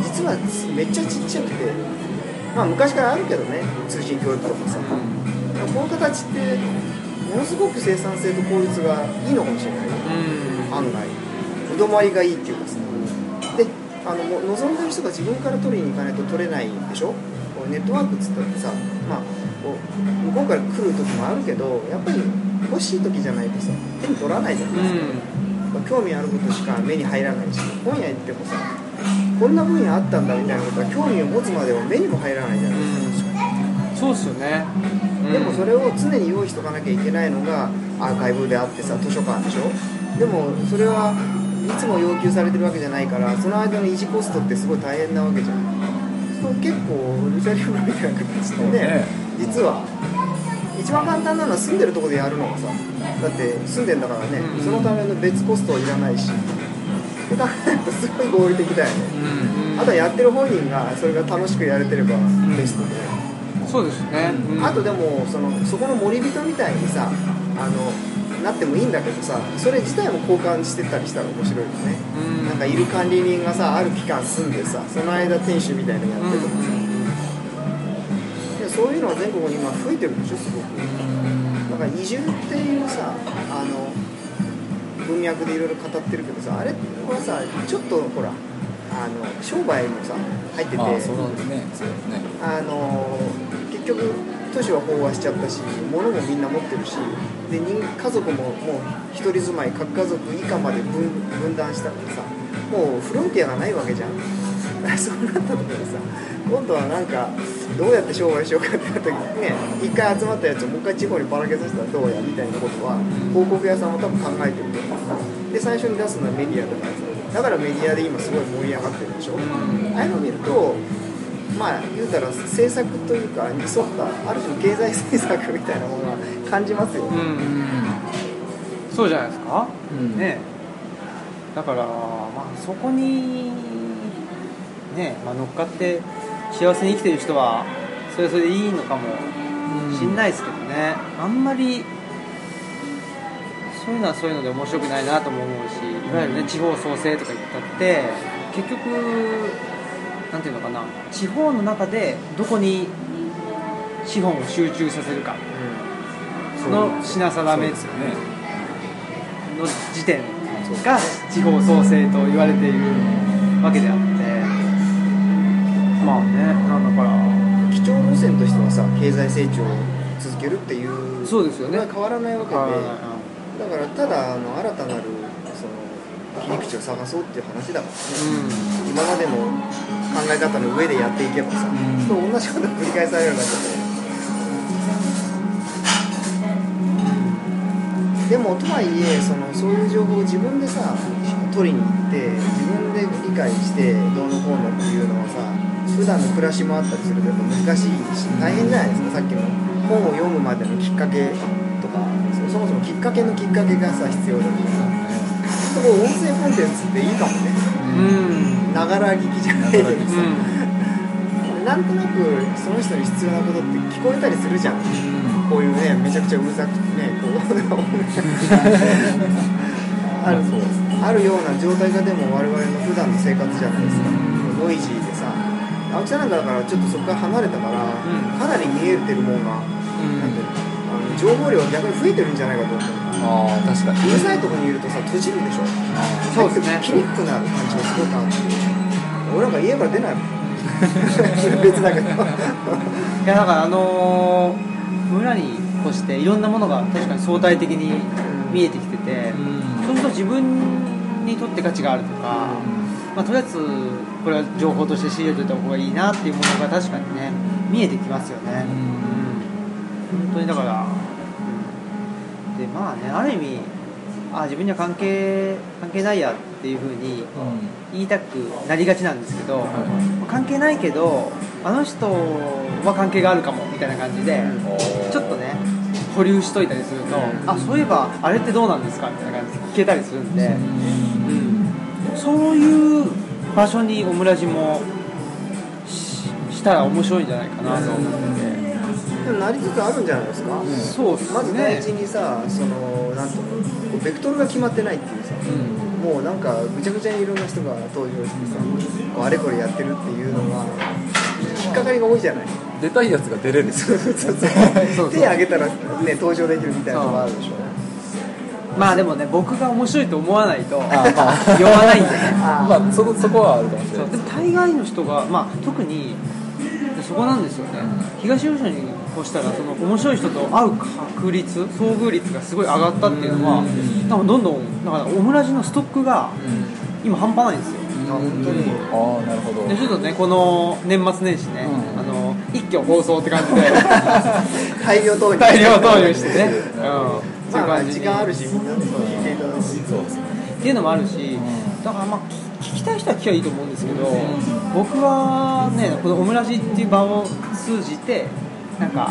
S2: 実はめっちゃちっちゃくてまあ昔からあるけどね通信教育とかさ、この形ってものすごく生産性と効率がいいのかもしれないよ
S1: うん
S2: 案外うどまりがいいっていうかさであのもう望んでる人が自分から取りに行かないと取れないでしょこうネットワークっつったってさ、まあ、こう向こうから来る時もあるけどやっぱり欲しい時じゃないとさ手に取らないじゃないですか、まあ興味あることしか目に入らないし本屋行ってもさこんな分野あったんだみたいなことは興味を持つまでは目にも入らないじゃないです
S1: う
S2: か、
S1: んそうっすよね
S2: でもそ
S1: れ
S2: れを常に用意しとかなきゃいけないのがアーカイブであってさ図書館でしょでもそれはいつも要求されてるわけじゃないからその間の維持コストってすごい大変なわけじゃんそう結構ルチャリブロみたいな形でね
S3: ね
S2: 実は一番簡単なのは住んでるとこでやるのがさだって住んでんだからね、
S1: うん
S2: そのための別コストいらないしで考えるとすごい合理的だよねあとはやってる本人がそれが楽しくやれてればベストで、
S1: そうですねうん
S2: あとでもそのそこの森人みたいにさあのなってもいいんだけどさそれ自体も交換してったりしたら面白いよね、
S1: うん
S2: なんかいる管理人がさある期間住んでさその間店主みたいなのやってとかさ、でそういうのは全国に今増えてるでしょすごくだから移住っていうさあの文脈でいろいろ語ってるけどさあれはさちょっとほらあの商売もさ入ってて
S3: あーそうなんですねそうですね
S2: あのー結局都市は飽和しちゃったし物もみんな持ってるしで人家族ももう一人住まい各家族以下まで分分断したからさもうフロンティアがないわけじゃん そうなった時にさ今度はなんかどうやって商売しようかってなった時にね一回集まったやつをもう一回地方にばらけさせたらどうやみたいなことは広告屋さんは多分考えてると思うで最初に出すのはメディアだからさだからメディアで今すごい盛り上がってるでしょ、ああいうのを見るとまあ言うたら政策というかに沿ったある種の経済政策みたいなものは感じますよ、
S1: うんそうじゃないですか、
S3: うん
S1: ねだから、まあ、そこに、ねまあ、乗っかって幸せに生きてる人はそれはそれでいいのかもしんないですけどね、あんまりそういうのはそういうので面白くないなとも思うしいわゆるね地方創生とか言ったって結局なんていうのかな地方の中でどこに資本を集中させるかの品定め
S3: ですよね
S1: の時点が地方創生と言われているわけであってまあねなんだから
S2: 基調路線としてはさ経済成長を続けるっていう
S1: そうですよね
S2: のは変わらないわけで
S1: あ
S2: だからただあの新たなるその切り口を探そうっていう話だから
S1: ー
S2: 今までの考え方の上でやっていけばさ、
S3: ん
S2: と同じことが繰り返されるわけででもとはいえそのそういう情報を自分でさ取りに行って自分で理解してどうのこうのっていうのはさ普段の暮らしもあったりするとやっぱ難しいし大変じゃないですかさっきの本を読むまでのきっかけとかそそもそもきっかけのきっかけがさ必要だからさそこ音声コンテンツっていいかもね
S1: うんうん
S2: ながら聞きじゃないけどさ、
S1: う
S2: なんとなくその人に必要なことって聞こえたりするじゃんこういうねめちゃくちゃうるさくてね こうあるあるような状態がでも我々の普段の生活じゃないですかノイジーでさ青木さんなんかだからちょっとそこから離れたから、
S1: ん
S2: かなり見えてるもんが、なんていうのあの情報量が逆に増えてるんじゃないかと思って
S3: ああ確か
S2: う
S3: に
S2: るさいとこにいるとさ閉じるでしょ
S1: そうですね
S2: 入ってきにくくなる感じがすごくあって俺なんか家から出ないも ん別だけど
S1: んいやだからあのー村に越していろんなものが確かに相対的に見えてきててそうすると自分にとって価値があるとか、まあ、とりあえずこれは情報として仕入れておいた方がいいなっていうものが確かにね見えてきますよね、うん、本当にだから、うん、でまあねある意味あ自分には関係関係ないやっていうふうに言いたくなりがちなんですけど、関係ないけどあの人は関係があるかもみたいな感じで、ちょっとね保留しといたりすると、
S2: うん
S1: あそういえばあれってどうなんですかみたいな感じで聞けたりするんで、うん、そういう場所にオムラジもししたら面白いんじゃないかなと思って、
S2: でもなりつつあるんじゃないですか、
S1: そうですね
S2: まず第一にさそのなんとこうベクトルが決まってないっていうさもうなんかぐちゃぐちゃにいろんな人が登場してさこうあれこれやってるっていうのが引っかかりが多いじゃない
S3: 出たいやつが出れる
S2: そうそうそう
S1: そう
S2: 手挙げたらね登場できるみたいなのがあるでしょ
S1: まあでもね僕が面白いと思わないと呼ば
S3: あまあ
S1: ないんでね
S2: あ
S3: まあそこそこはあるかもし
S1: そ
S3: れな
S1: う
S3: い
S1: でも大概の人が、まあ、特にそこなんですよね東吉野に越したらその面白い人と会う確率遭遇率がすごい上がったっていうのは
S3: うん
S1: 多分どんどんだからオムラジのストックが今半端ないんですよ
S2: あ本当に
S3: ああなるほど
S1: でちょっとねこの年末年始ね、
S3: うん
S1: あの一挙放送って感じで
S2: 大量投入
S1: 大量投入してね、うん、そういう
S2: まあ
S1: 感じ
S2: 時
S1: に
S2: 間あるしみんなで聞いていただくし
S3: そうですね
S1: っていうのもあるし、だからまあ聞聞きたい人は聞きゃいいと思うんですけど、僕はね、このオムラジっていう場を通じて、なんか、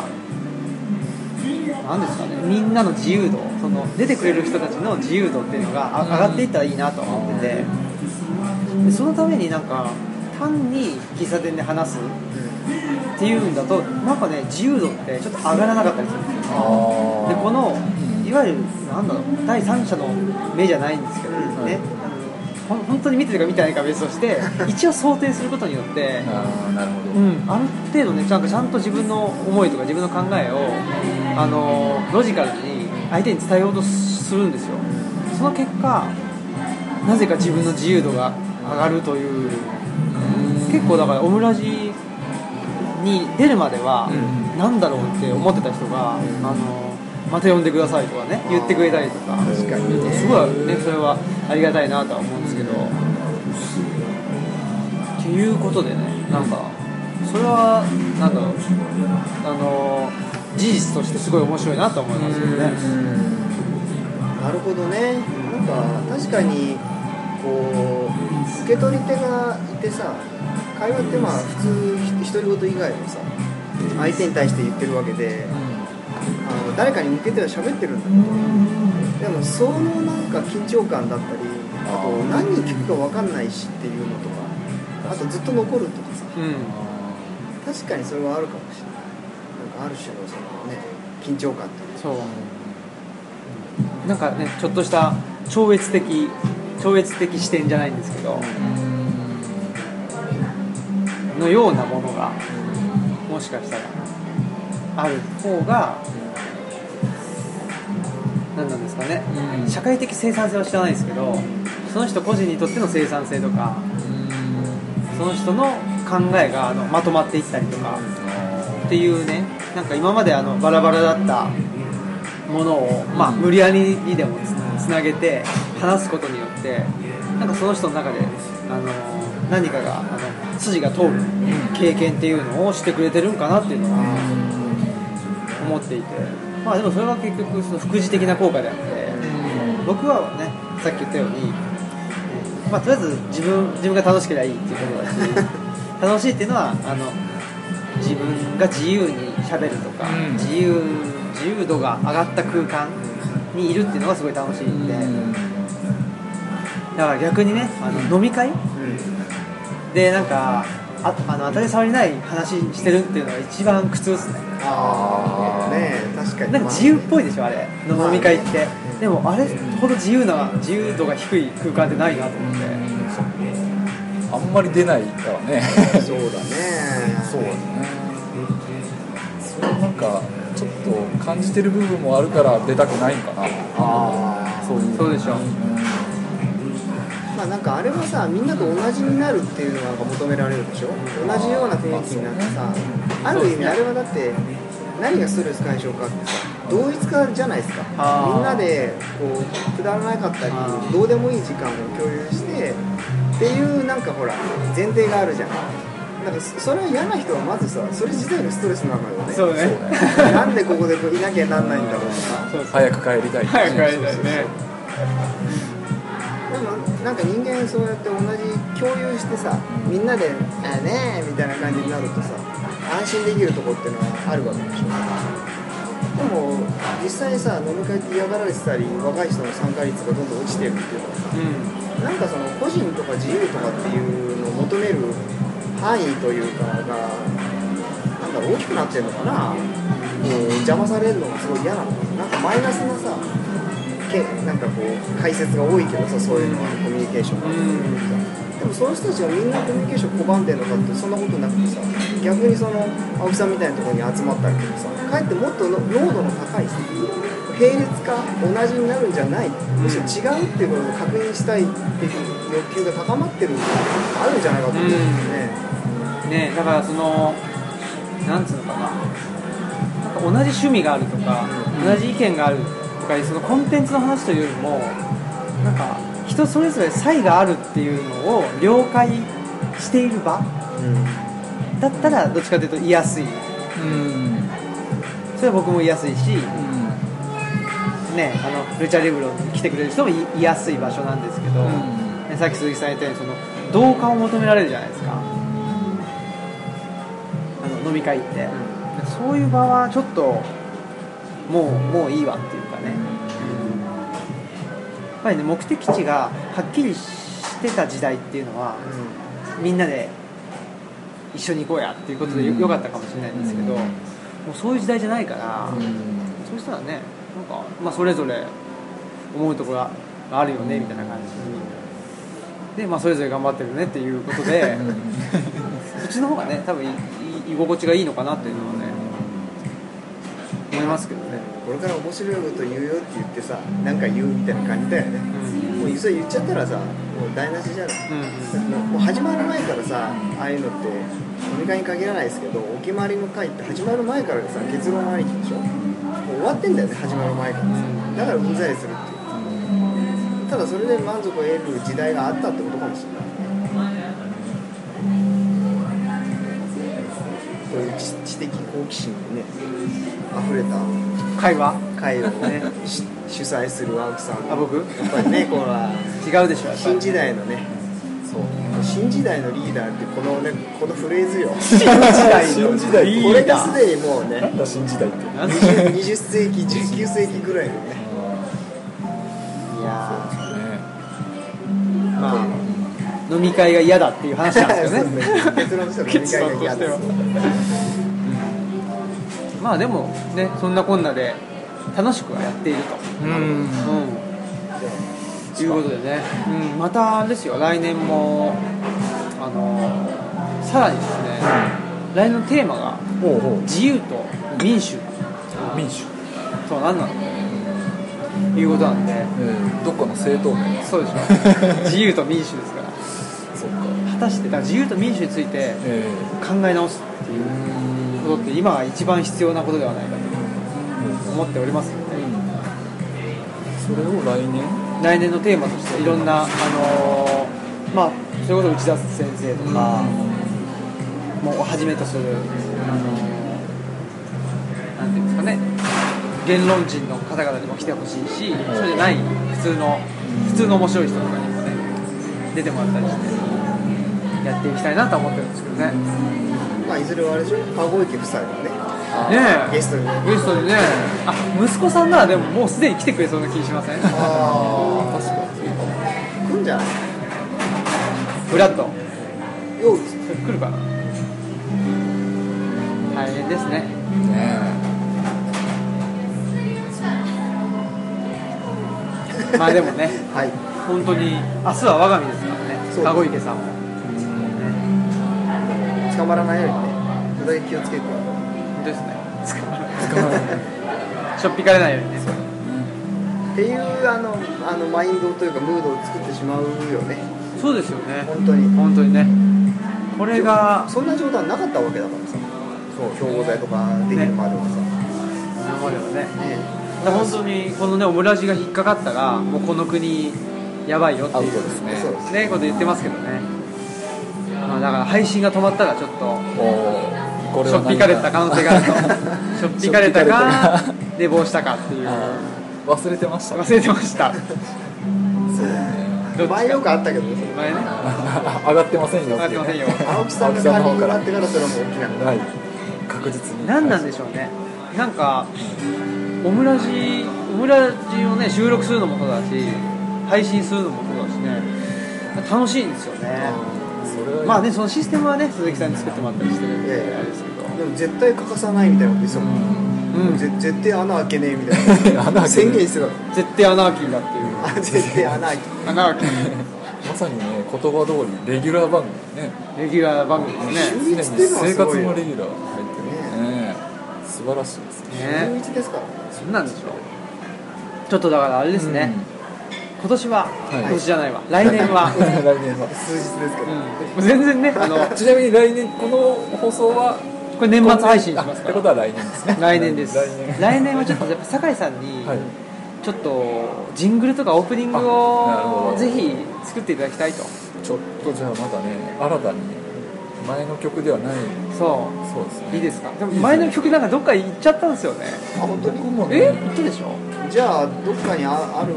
S1: なんですかね、みんなの自由度、その出てくれる人たちの自由度っていうのがあ上がっていったらいいなとは思ってて、でそのためになんか、単に喫茶店で話すっていうんだと、なんかね、自由度ってちょっと上がらなかったりするんですよ。
S3: ああ
S1: でこの
S3: うん
S1: いわゆるなんだろう第三者の目じゃないんですけど
S2: うん
S1: ね、ほん 本当に見てるか見てないかは別として一応想定することによって、
S3: ああなる
S1: う
S3: ほど
S1: ん、ある程度ねちゃんとちゃんと自分の思いとか自分の考えをあのロジカルに相手に伝えようとするんですよその結果なぜか自分の自由度が上がるという結構だからオムラジに出るまでは
S2: う
S1: 何だろうって思ってた人が「あのまた呼んでください」とかね言ってくれたりとか
S2: 確かにね
S1: すごいねそれはありがたいなとは思うんですけどっていうことでねなんかそれはなんだろうあの事実としてすごい面白いなと思いますよね
S2: なるほどねなんか確かにこう受け取り手がいてさ会話ってまあ普通独り言以外もさ相手に対して言ってるわけであの誰かに向けては喋ってるんだけどでもそのなんか緊張感だったりあと
S3: あー
S2: 何人聞くか分かんないしっていうのとかあとずっと残るとかさ
S1: うん
S2: 確かにそれはあるかもしれないなんかある種のそのね緊張感っていう
S1: そうなんかねちょっとした超越的超越的視点じゃないんですけどのようなものがもしかしたらある方が何なんですかね
S3: うん
S1: 社会的生産性は知らないですけどその人個人にとっての生産性とかその人の考えがあのまとまっていったりとかっていうねなんか今まであのバラバラだったものを、まあ、無理やりにでもつつなげて話すことによってなんかその人の中であの何かがあの筋が通る経験っていうのをしてくれてるんかなっていうのは思っていて、まあ、でもそれは結局その副次的な効果であって僕はねさっき言ったように、まあ、とりあえず自分自分が楽しければいいっていうことだし楽しいっていうのはあの自分が自由にしゃべるとか、
S3: うん
S1: 自由自由度が上がった空間にいるっていうのがすごい楽しいんで、だから逆にねあの飲み会でなんかああの当たり障りない話してるっていうのが一番苦痛ですね
S2: ああねえ確かに
S1: なんか自由っぽ
S2: い
S1: いでしょあれ飲み会ってでもあれほど自由な自由度が低い空間ってないなと思って
S3: あんまり出ないからね
S2: そうだね
S3: そうですねそれなんかちょっと感じてる部分もあるから出たくないんかな
S2: あ
S3: そういう
S1: そうでしょ
S2: あまあなんかあれはさみんなと同じになるっていうのがなんか求められるでしょ同じような雰囲気になってさある意味あれはだって何がストレス解消かってさ同一化じゃないですか
S1: あー
S2: みんなでこうくだらなかったり
S1: あー
S2: どうでもいい時間を共有してっていうなんかほら前提があるじゃんなんかそそれは嫌な人はまずさそれ自体がストレスなのよね
S1: そうね
S2: なんでここでこういなきゃなんないんだろうとか
S1: そうです
S3: 早く帰りたい
S1: 早く帰りたいね
S2: でもなんか人間そうやって同じ共有してさみんなで「あねえ」みたいな感じになるとさ安心できるとこっていうのはあるわけでしょでも実際にさ飲み会って嫌がられてたり若い人の参加率がどんどん落ちてるっていうのはさ
S1: う
S2: なんかその個人とか自由とかっていうのを求める範囲というかがなんだろう大きくなってるのかな、えー邪魔されるのがすごい嫌なのなんかマイナスなさけなんかこう解説が多いけどさそういうのはコミュニケーションが、でもその人たちはみんなコミュニケーション拒んでるのかってそんなことなくてさ逆にその青木さんみたいなところに集まったりとかさかえってもっとの濃度の高いさ並列か同じになるんじゃないむしろ違うっていうことを確認したいっていう欲求が高まってるのがあるんじゃないかと思うんだよ
S1: んね
S2: ね、
S1: だからそのなんつうのかななんか同じ趣味があるとか同じ意見があるとかそのコンテンツの話というよりもなんか人それぞれ差異があるっていうのを了解している場だったらどっちかというと言いやすい
S3: うん
S1: それは僕も言いやすいし
S3: うん
S1: ね、あのルチャリブロに来てくれる人もいいやすい場所なんですけど、
S3: うん
S1: ねさっき鈴木さん言ったようにその同化を求められるじゃないですかあの飲み会って、そういう場はちょっともうもういいわっていうかね、やっぱりね目的地がはっきりしてた時代っていうのはみんなで一緒に行こうやっていうことでよ,、
S3: うん
S1: かったかもしれないんですけど、
S3: うん
S1: もうそういう時代じゃないから、そうしたらねなんか、まあ、それぞれ思うところがあるよねみたいな感じで、まあ、それぞれ頑張ってるねっていうことでそっちの方がね多分いい居心地がいいのかなっていうのはね思いますけどね、
S2: これから面白いこと言うよって言ってさなんか言うみたいな感じだよね
S1: うん
S2: もうそれ言っちゃったらさもう台無しじゃない
S1: うん
S2: もう始まる前からさああいうのって飲み会に限らないですけどお決まりの会って始まる前からさ結論ありきでしょもう終わってんだよね始まる前からさだからうんざりするっていうただそれで満足を得る時代があったってことかもしれないこういう知知的好奇心でね溢れた
S1: うん会話
S2: 会を、ね
S1: ね、
S2: し主催する青木さん
S1: あ
S2: は
S1: 僕
S2: やっぱりねこの
S1: 違うでしょやっぱり
S2: 新時代のね
S3: そう
S2: 新時代のリーダーってこのねこのフレーズよ
S1: 新時代
S3: 新時代
S1: リ
S2: これ
S1: ー
S2: が
S1: ダ
S2: す
S1: ー
S2: でにもう
S3: なん
S2: ね
S3: だ新時代って
S1: なんで
S2: 20 20世紀19世紀ぐらいのねいや
S3: そうですね
S2: ーまあ
S1: 飲み会が嫌だっていう話なんですよね
S2: そうですね結論としては飲み会が嫌です
S1: 結論とまあでもねそんなこんなで楽しくはやっている
S3: うん
S1: と、うん、いうことでね、うん、またあれですよ来年もあのさらにですね来年のテーマが
S3: ほうほ
S1: 自由と民主
S3: う民主、
S1: とは何なのかということなんで
S3: えー、どっかの政党名
S1: そうでしょ自由と民主ですから
S3: そっか
S1: 果たしてだから自由と民主について
S3: え
S1: 考え直すっていうことって今が一番必要なことではないかと思っておりますので、
S3: ーそれを来年
S1: 来年のテーマとしていろんな、あのーまあ、それこそ内田先生とか、もうはじめとする、あのーなんていうんですかね言論人の方々にも来てほしいしそうじゃない普通の普通の面白い人とかにもね出てもらったりしてやっていきたいなと思ってるんですけどねね
S2: まあいずれはあれでしょ籠池夫妻がね
S1: え
S2: ゲストに
S1: ゲストにねあ息子さんならでももうすでに来てくれそうな気しません
S2: あ
S3: 確かに
S2: あ来んじゃない
S1: フラット
S2: よう
S1: 来るかな大変ですね
S3: ね
S1: まあでもね
S2: はい
S1: 本当に明日は我が身ですからね
S2: そう
S1: 籠池さんも
S2: 捕まらないようにねそれだけ気をつけて
S1: 本当ですね捕ま
S3: え捕まらない
S1: らしょっぴかれないようにね
S2: っていうあのあのマインドというかムードを作ってしまうよね
S1: そうですよね
S2: 本当に
S1: 本当にねこれが
S2: そんな冗談なかったわけだからさそう共謀罪とかできるまではさ、
S1: 今まではね
S2: ね
S1: 本当にこのねオムラジが引っかかったらもうこの国やばいよって
S3: アウ
S1: い
S3: ト
S1: う
S3: ですね
S2: そうです
S1: ねこと言ってますけどねまあだから配信が止まったらちょっと
S3: おーこ
S1: しょっぴかれた可能性があ ると しょっぴかれた
S3: し
S1: か
S3: ょっぴかれたか
S1: 寝坊したかっていう
S3: 忘れてました
S1: 忘れてました
S2: そう
S1: どっちか
S2: 前よくあったけどね
S1: 前ね
S3: 上がってませんよ
S1: 待ってませんよ
S2: 青木さんが管理になってからそれはもう大きなこと
S3: はい確実に
S1: 何なんで
S3: し
S1: しょうねなんかオムラジオムラジをね収録するのもそうだし配信するのもそうだしね楽しいんですよね
S3: ょうそれは
S1: まあねそのシステムはね鈴木さんに作ってもらったりしてるん
S2: いやい
S1: で
S2: や
S1: あれですけど
S2: でも絶対欠かさないみたいなことですよ、
S1: うん
S2: ぜ絶対穴開けねえみたいな
S3: 穴開けねえ
S2: 宣言してたの
S1: 絶対アナーキーだっていう
S2: あ絶対穴開け
S1: アナーキー
S3: まさにね言葉通りレギュラー番組ね
S1: レギュラー番組ですね
S2: 週一っていうのは
S3: 生
S2: すご
S3: 活
S2: いよ
S3: もレギュラー入ってるねね素晴らしいですね
S1: ね
S2: 週一ですからね
S1: そんなんでしょちょっとだからあれですね、今年は、
S3: い
S1: 今年じゃないわ来年
S3: うん 来
S1: は、
S3: 年は
S2: 数日ですけど、
S1: うん、全然ねあの
S3: ちなみに来年この放送は
S1: これ年末配信します
S3: あっ
S1: か
S3: て
S1: ら
S3: ことは来年ですね
S1: 来年です
S3: 来
S1: 来
S3: 年
S1: 年はちょっとやっぱ酒井さんに
S3: はい
S1: ちょっとジングルとかオープニング
S3: あなるほ
S1: を
S3: ど
S1: ぜひ作っていただきたいと
S3: ちょっとじゃあまだね新たに前の曲ではない
S1: そ
S3: そうです
S1: ういい
S3: ね
S1: ですかでも前の曲なんかどっか行っちゃったんですよね
S2: あ本当
S3: 僕
S2: に
S3: も
S1: え
S3: ね
S1: 行ったでしょ
S2: じゃあどっかにあある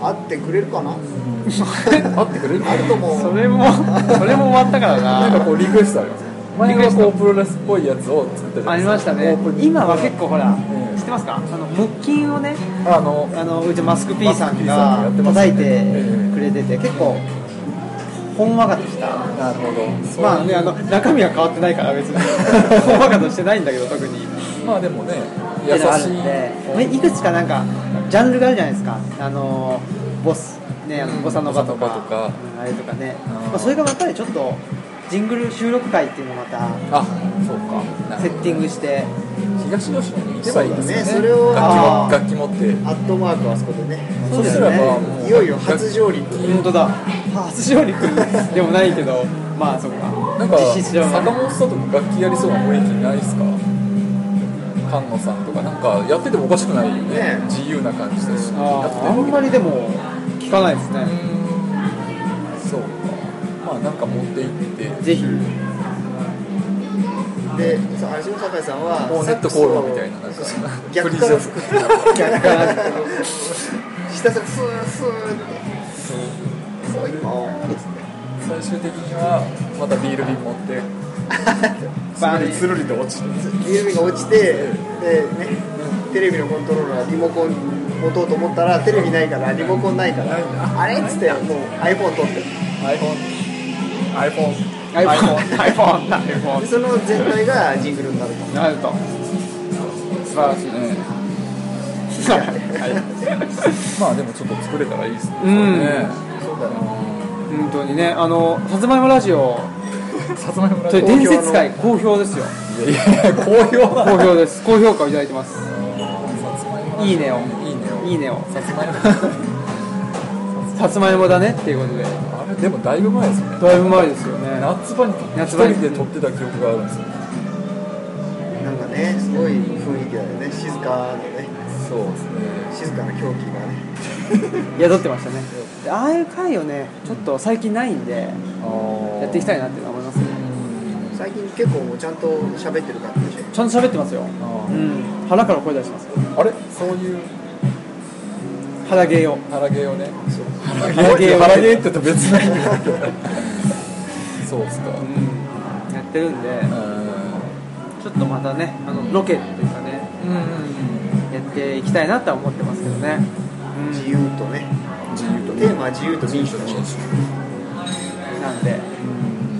S2: あってくれるかな
S3: 合ってくれる
S2: あると思う
S1: それもそれも終わったから
S3: なんか
S1: な
S3: こうリクエストあります前はこうプロレスっぽいやつを作ったじゃな
S1: あ
S3: い
S1: り
S3: で
S1: ますし
S3: か
S1: たね
S3: オープニング
S1: 今は結構ほら
S3: ええ
S1: 知ってますかあの木琴をね
S3: あの
S1: あのうちマスク P さん
S3: マスク P さんがや
S1: が
S3: ってます
S1: 叩い
S3: ね
S1: て
S3: ええ
S1: くれてて結構ほんわかとした
S3: なるほどそう
S1: まあねあの中身は変わってないから別に ほんわかとしてないんだけど特に
S3: まあでもね
S1: って
S3: 優
S1: いうのがある
S3: し
S1: ん
S3: い
S1: でねいくつかなんかジャンルがあるじゃないですかあのボスねあ
S3: う
S1: の
S3: ん
S1: ボサノバとか
S3: ボサノバとか
S1: うんあれとかね
S3: あー
S1: まあ、それがやっぱりちょっとジングル収録会っていうのをまた
S3: あそうかな
S1: セ
S3: る
S1: ッティングして
S3: ほど東吉野に行けばいいですよね
S2: そうだねそれを
S1: あー
S3: 楽器も楽器持って
S2: アットマークあそこでね
S1: そうですす
S3: れ
S1: よ
S3: ば
S1: ね
S3: もう
S2: いよいよ初上陸
S1: 本当だ初勝利くんでもないけどまあそっか
S3: なんか
S1: 実施しちゃう
S3: 坂本さんとか楽器やりそうな雰囲気ないですか菅野さんとかなんかやっててもおかしくないよね
S2: ね
S3: 自由な感じだしや
S1: あ
S3: ってて
S1: ーあんまりでも聞かないですね、
S3: そうかまあなんか持って行って
S1: ぜひ
S2: でそう足の酒井さんは
S3: もうネットコールみたいななんか
S2: 逆
S3: プ
S2: か
S3: リ
S2: ら
S3: ズ
S2: 吹
S3: ム
S2: くって
S1: 逆から吹
S2: 下からスースーってそう今ですね
S3: 最終的にはまたビール瓶持って
S1: バーン
S3: るりと落ちて
S2: 指が落ちてでね手テレビのコントローラーリモコン持とうと思ったらテレビないからリモコンないから
S3: ない
S2: あれっつってもう iPhone 取って
S1: iPhoneiPhone iPhone
S2: でその全体がジングルになると
S1: なると素晴らしいで
S3: ね
S1: す、はい、
S3: まあでもちょっと作れたらいいですね。
S1: うん
S3: それね
S2: そうだね
S1: 本当にねあのさつまいもラジオ
S3: さつまいもラ
S1: そ
S3: ジ
S1: れ
S3: オ。
S1: 伝説界好評ですよ
S3: いやいや好評だ。
S1: 好評です高評価をいただいてます いいねを
S3: いいねを。
S1: いいねを
S3: さつまいも。
S1: さつまいもだねっていうことで
S3: あれでもだいぶ前ですね。
S1: だいぶ前ですよね
S3: 夏場に
S1: 夏場に
S3: 一人で撮ってた記憶があるんですよ。
S2: なんかねすごい雰囲気だよね静かなね
S3: そうです
S2: 静
S3: ね。
S2: かな狂気がね
S1: 宿ってましたねでああいう回をねちょっと最近ないんでやっていきた
S3: い。
S1: いなっていうのは思いますね
S2: 最近結構もうちゃんと喋ってる感じでし
S1: ちゃんと喋ってますよ
S3: あー
S1: うん腹から声出してますよ
S3: あれそういう
S1: 腹芸を
S3: 腹毛をね。
S2: ょ
S1: 腹
S3: 腹毛
S1: を
S3: 腹毛って言うと別なんだけど。そうですか。
S1: うんやってるんで
S3: う
S1: ちょっとまたねあのロケというかね
S3: ん。うん。
S1: やっていきたいなとは思ってますけどねうん
S2: 自由とね
S3: 自由と
S2: テーマは自由と民主だし
S1: なんで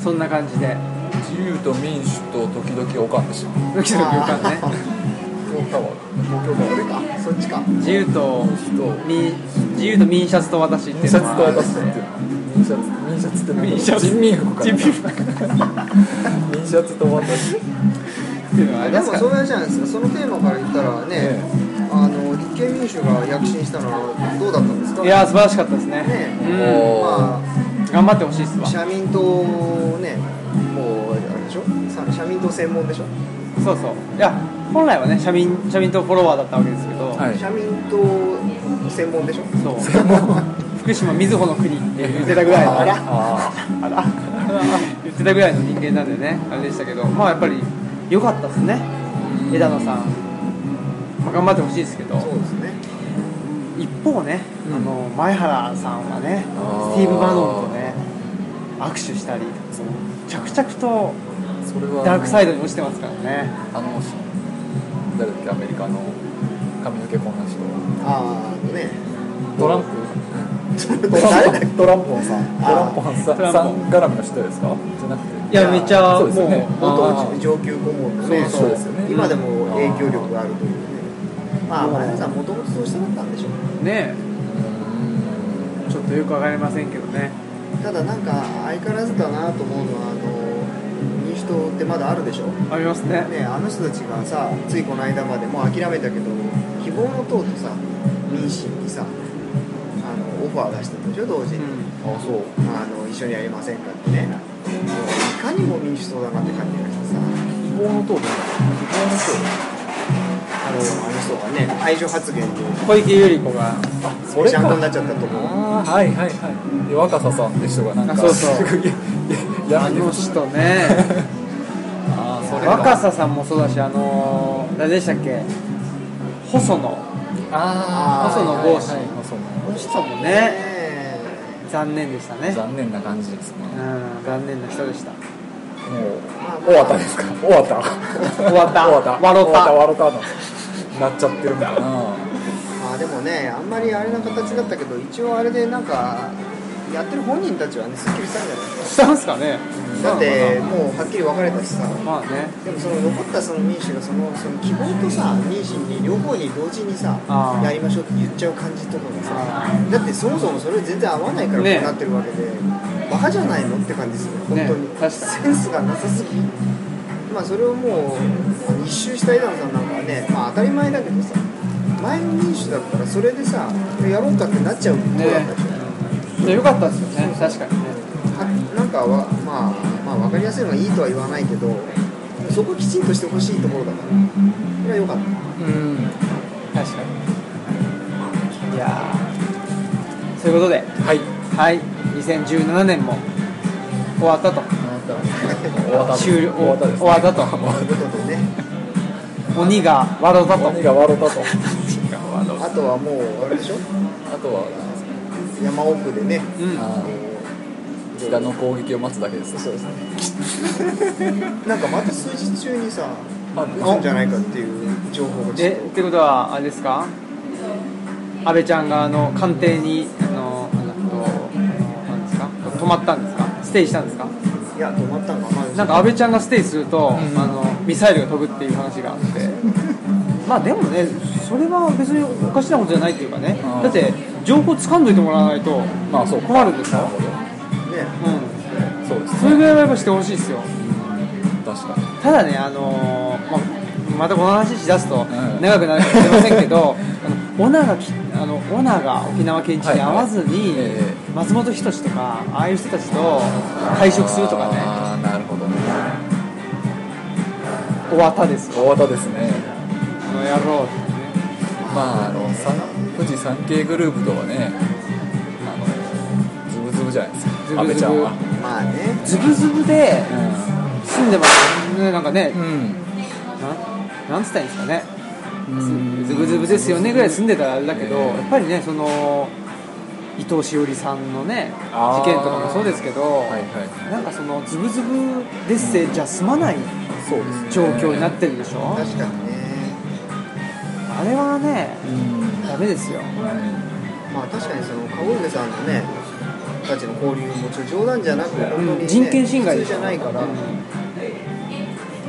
S1: そんな感じで
S3: 自由と民主と時々おかんでした
S1: ドキドキ浮かんでね
S2: あー
S3: 東京は
S2: 東京か俺かそっちか
S1: 自由と
S3: と
S1: 民自由と民シャツと私ってい
S3: 民
S1: うの
S3: 社
S1: が
S3: ツと私って民社ツ民社ツって
S1: 民社
S3: 人民服か
S1: 人民服
S3: 民社ツと私
S1: っていうのがあり
S2: で
S1: ま
S2: も
S1: すから
S2: そういうじゃないですかそのテーマから言ったらね、
S3: え
S2: あの立憲民主が躍進したのはどうだったんですか
S1: いやー素晴らしかったですね
S2: ね
S1: う
S3: お
S2: ま
S1: ん、頑張ってほしいっす
S2: あ
S1: わ
S2: 社民党ねもうあれでしょさ社民党専門でしょ、
S1: そうそういや本来はね社民社民党フォロワーだったわけですけど、
S3: はい
S2: 社民党専門でしょ
S1: そう福島みずほの国って言ってたぐらいの
S2: あら
S3: あ
S1: あら言ってたぐらいの人間なんでねあれでしたけどまあやっぱり良かったですね枝野さん、まあ、頑張ってほしいですけど
S2: そうですね
S1: 一方ね、
S3: うん
S1: あの前原さんはね
S3: あ
S1: ス
S3: ー
S1: ティーブ・バノンとね握手したり着々と
S3: ーそれは
S1: ダークサイドに落ちてますからね
S3: あの誰だっけアメリカの髪の毛こんな人
S2: ああ ね
S3: トランプ
S2: 誰だっけ
S3: トランポンさんトランポンさん
S1: トラン
S3: さ
S1: ポ
S3: ん
S1: ン
S3: 絡みの人ですかじゃなく
S1: い
S3: て
S1: やめっちゃも
S3: そう
S1: う
S3: ですよね
S1: あ
S2: 元
S1: ー
S2: 上級顧問のね
S1: そうそう
S3: ですよね
S2: 今でも影響力があるというねまあ前田さんもともとそうしたかったんでしょう
S1: ね
S3: う
S1: え
S3: ん
S1: ちょっとよくわかりませんけどね
S2: ただなんか相変わらずだなと思うのはあの民主党ってまだあるでしょね
S1: ありますね
S2: えあの人たちがさついこの間までもう諦めたけど希望の党とさ民進にさあのオファー出してるでしょ同時
S1: うん
S2: に、
S3: あそう
S2: あの一緒にやりませんかってねもういかにも民主党だなって感じがしてさ
S3: 希望の党って
S2: あのあの人がね愛情発言で
S1: 小池百合子が
S3: 希望の党あそれ
S2: ちゃん
S3: か
S2: となっちゃったと思う
S3: ああはいはいはいで若狭さんって人がなんか
S1: あそうそう
S3: すげえい や
S1: あの人ね
S3: ああそれか
S1: 若狭さんもそうだしあのー誰でしたっけ細野
S3: ああ
S1: 細野剛志
S3: はいはい細
S1: この人も
S2: ね
S1: ね
S2: え
S1: 残念でしたね
S3: 野残念な感じですね
S1: うん残念な人でした
S3: もう
S2: あ
S3: 終わったですか終わった
S1: 終わった
S3: 終わった
S1: 笑った
S3: 終わった終わったなっちゃってるからな
S2: まあでもねあんまりあれな形だったけど一応あれでなんかやってる本人たちはねすっきりしたんじゃないです
S1: したんすかね
S2: かだってもうはっきり別れたしさ
S1: まあね
S2: でもその残ったその民主がそのその希望とさ民主に両方に同時にさ
S1: あー
S2: やりましょうって言っちゃう感じとか
S1: あ
S2: がさだってそもそもそれ全然合わないからこう
S1: ね
S2: なってるわけで、バカじゃないのって感じする本当に、
S1: ね確かに
S2: センスがなさすぎまあそれをもう一周した枝野さんなんかはねまあ当たり前だけどさ前の民主だったらそれでさやろうかってなっちゃうことだったでしょ、
S1: でよかったですよね確かにね
S2: はなんかは、まあ、まあ分かりやすいのはいいとは言わないけどそこきちんとしてほしいところだからそれは良かった
S3: うん
S1: 確かにいやーそういうことで
S3: はい
S1: はい2017年も終わったと
S3: 終わった
S1: 終了
S3: 終わったです
S1: 終わったと
S2: ということでね
S1: 鬼が笑ったと
S3: 鬼が笑ったと
S2: あとはもうあれでしょ
S3: あとは
S2: 山奥でね
S1: うん
S3: あの北の攻撃を待つだけです
S2: そうですねなんかまた数日中にさ
S3: あ
S2: 打つんじゃないかっていう情報がち
S1: え
S2: ょっ
S1: っ
S2: と
S1: てことはあれですか安倍ちゃんがあの官邸にあのなんだとなんですか泊まったんですかステイしたんですか
S2: いや止まったんか、まあ、
S1: なんか安倍ちゃんがステイすると、
S3: うん
S1: あのミサイルが飛ぶっていう話があって まあでもねそれは別におかしなことじゃないっていうかね
S3: うん
S1: だって情報掴んどいてもらわないと
S3: まあそう
S1: 困るんですよ
S2: ね
S1: うん
S3: そうです
S1: それぐらいはやっぱしてほしいですよ
S3: 確かに
S1: ただね、あのーまあ、またこの話しだすと
S3: ん
S1: 長くなるかもしれませんけ ど、あのオナがきあのオナが沖縄県知事に合わずに、
S3: はいはいえ
S1: 松本人志とかああいう人たちと会食するとかね
S3: ああなるほどね
S1: おわたですよ
S3: 大型ですね
S1: あの野郎ってね
S3: まああの三富士山系グループとはねあのズブズブじゃないです
S1: ズブズブ
S3: か阿部ちゃんは
S2: まあね
S1: ズブズブで住んでますねなんかね
S3: う、ん
S1: なんなんつったらいいんですかね
S3: うん
S1: ズブズブですよねぐらい住んでたらあれだけど、
S3: ええ
S1: やっぱりねその伊藤詩織さんのね
S3: あー
S1: 事件とかもそうですけど、
S3: はいはい
S1: なんかそのズブズブデッセじゃ済まない
S3: そうですね
S1: 状況になってるでしょ、
S2: 確かにね
S1: あれはね
S3: うん
S1: ダメですよ
S2: まあ確かにその籠梅さんのねたちの交流もちょっと冗談じゃなく本当に、ね、
S1: 人権侵害で
S2: 普
S1: し
S2: 通
S1: ょ
S2: じゃないから、
S1: うん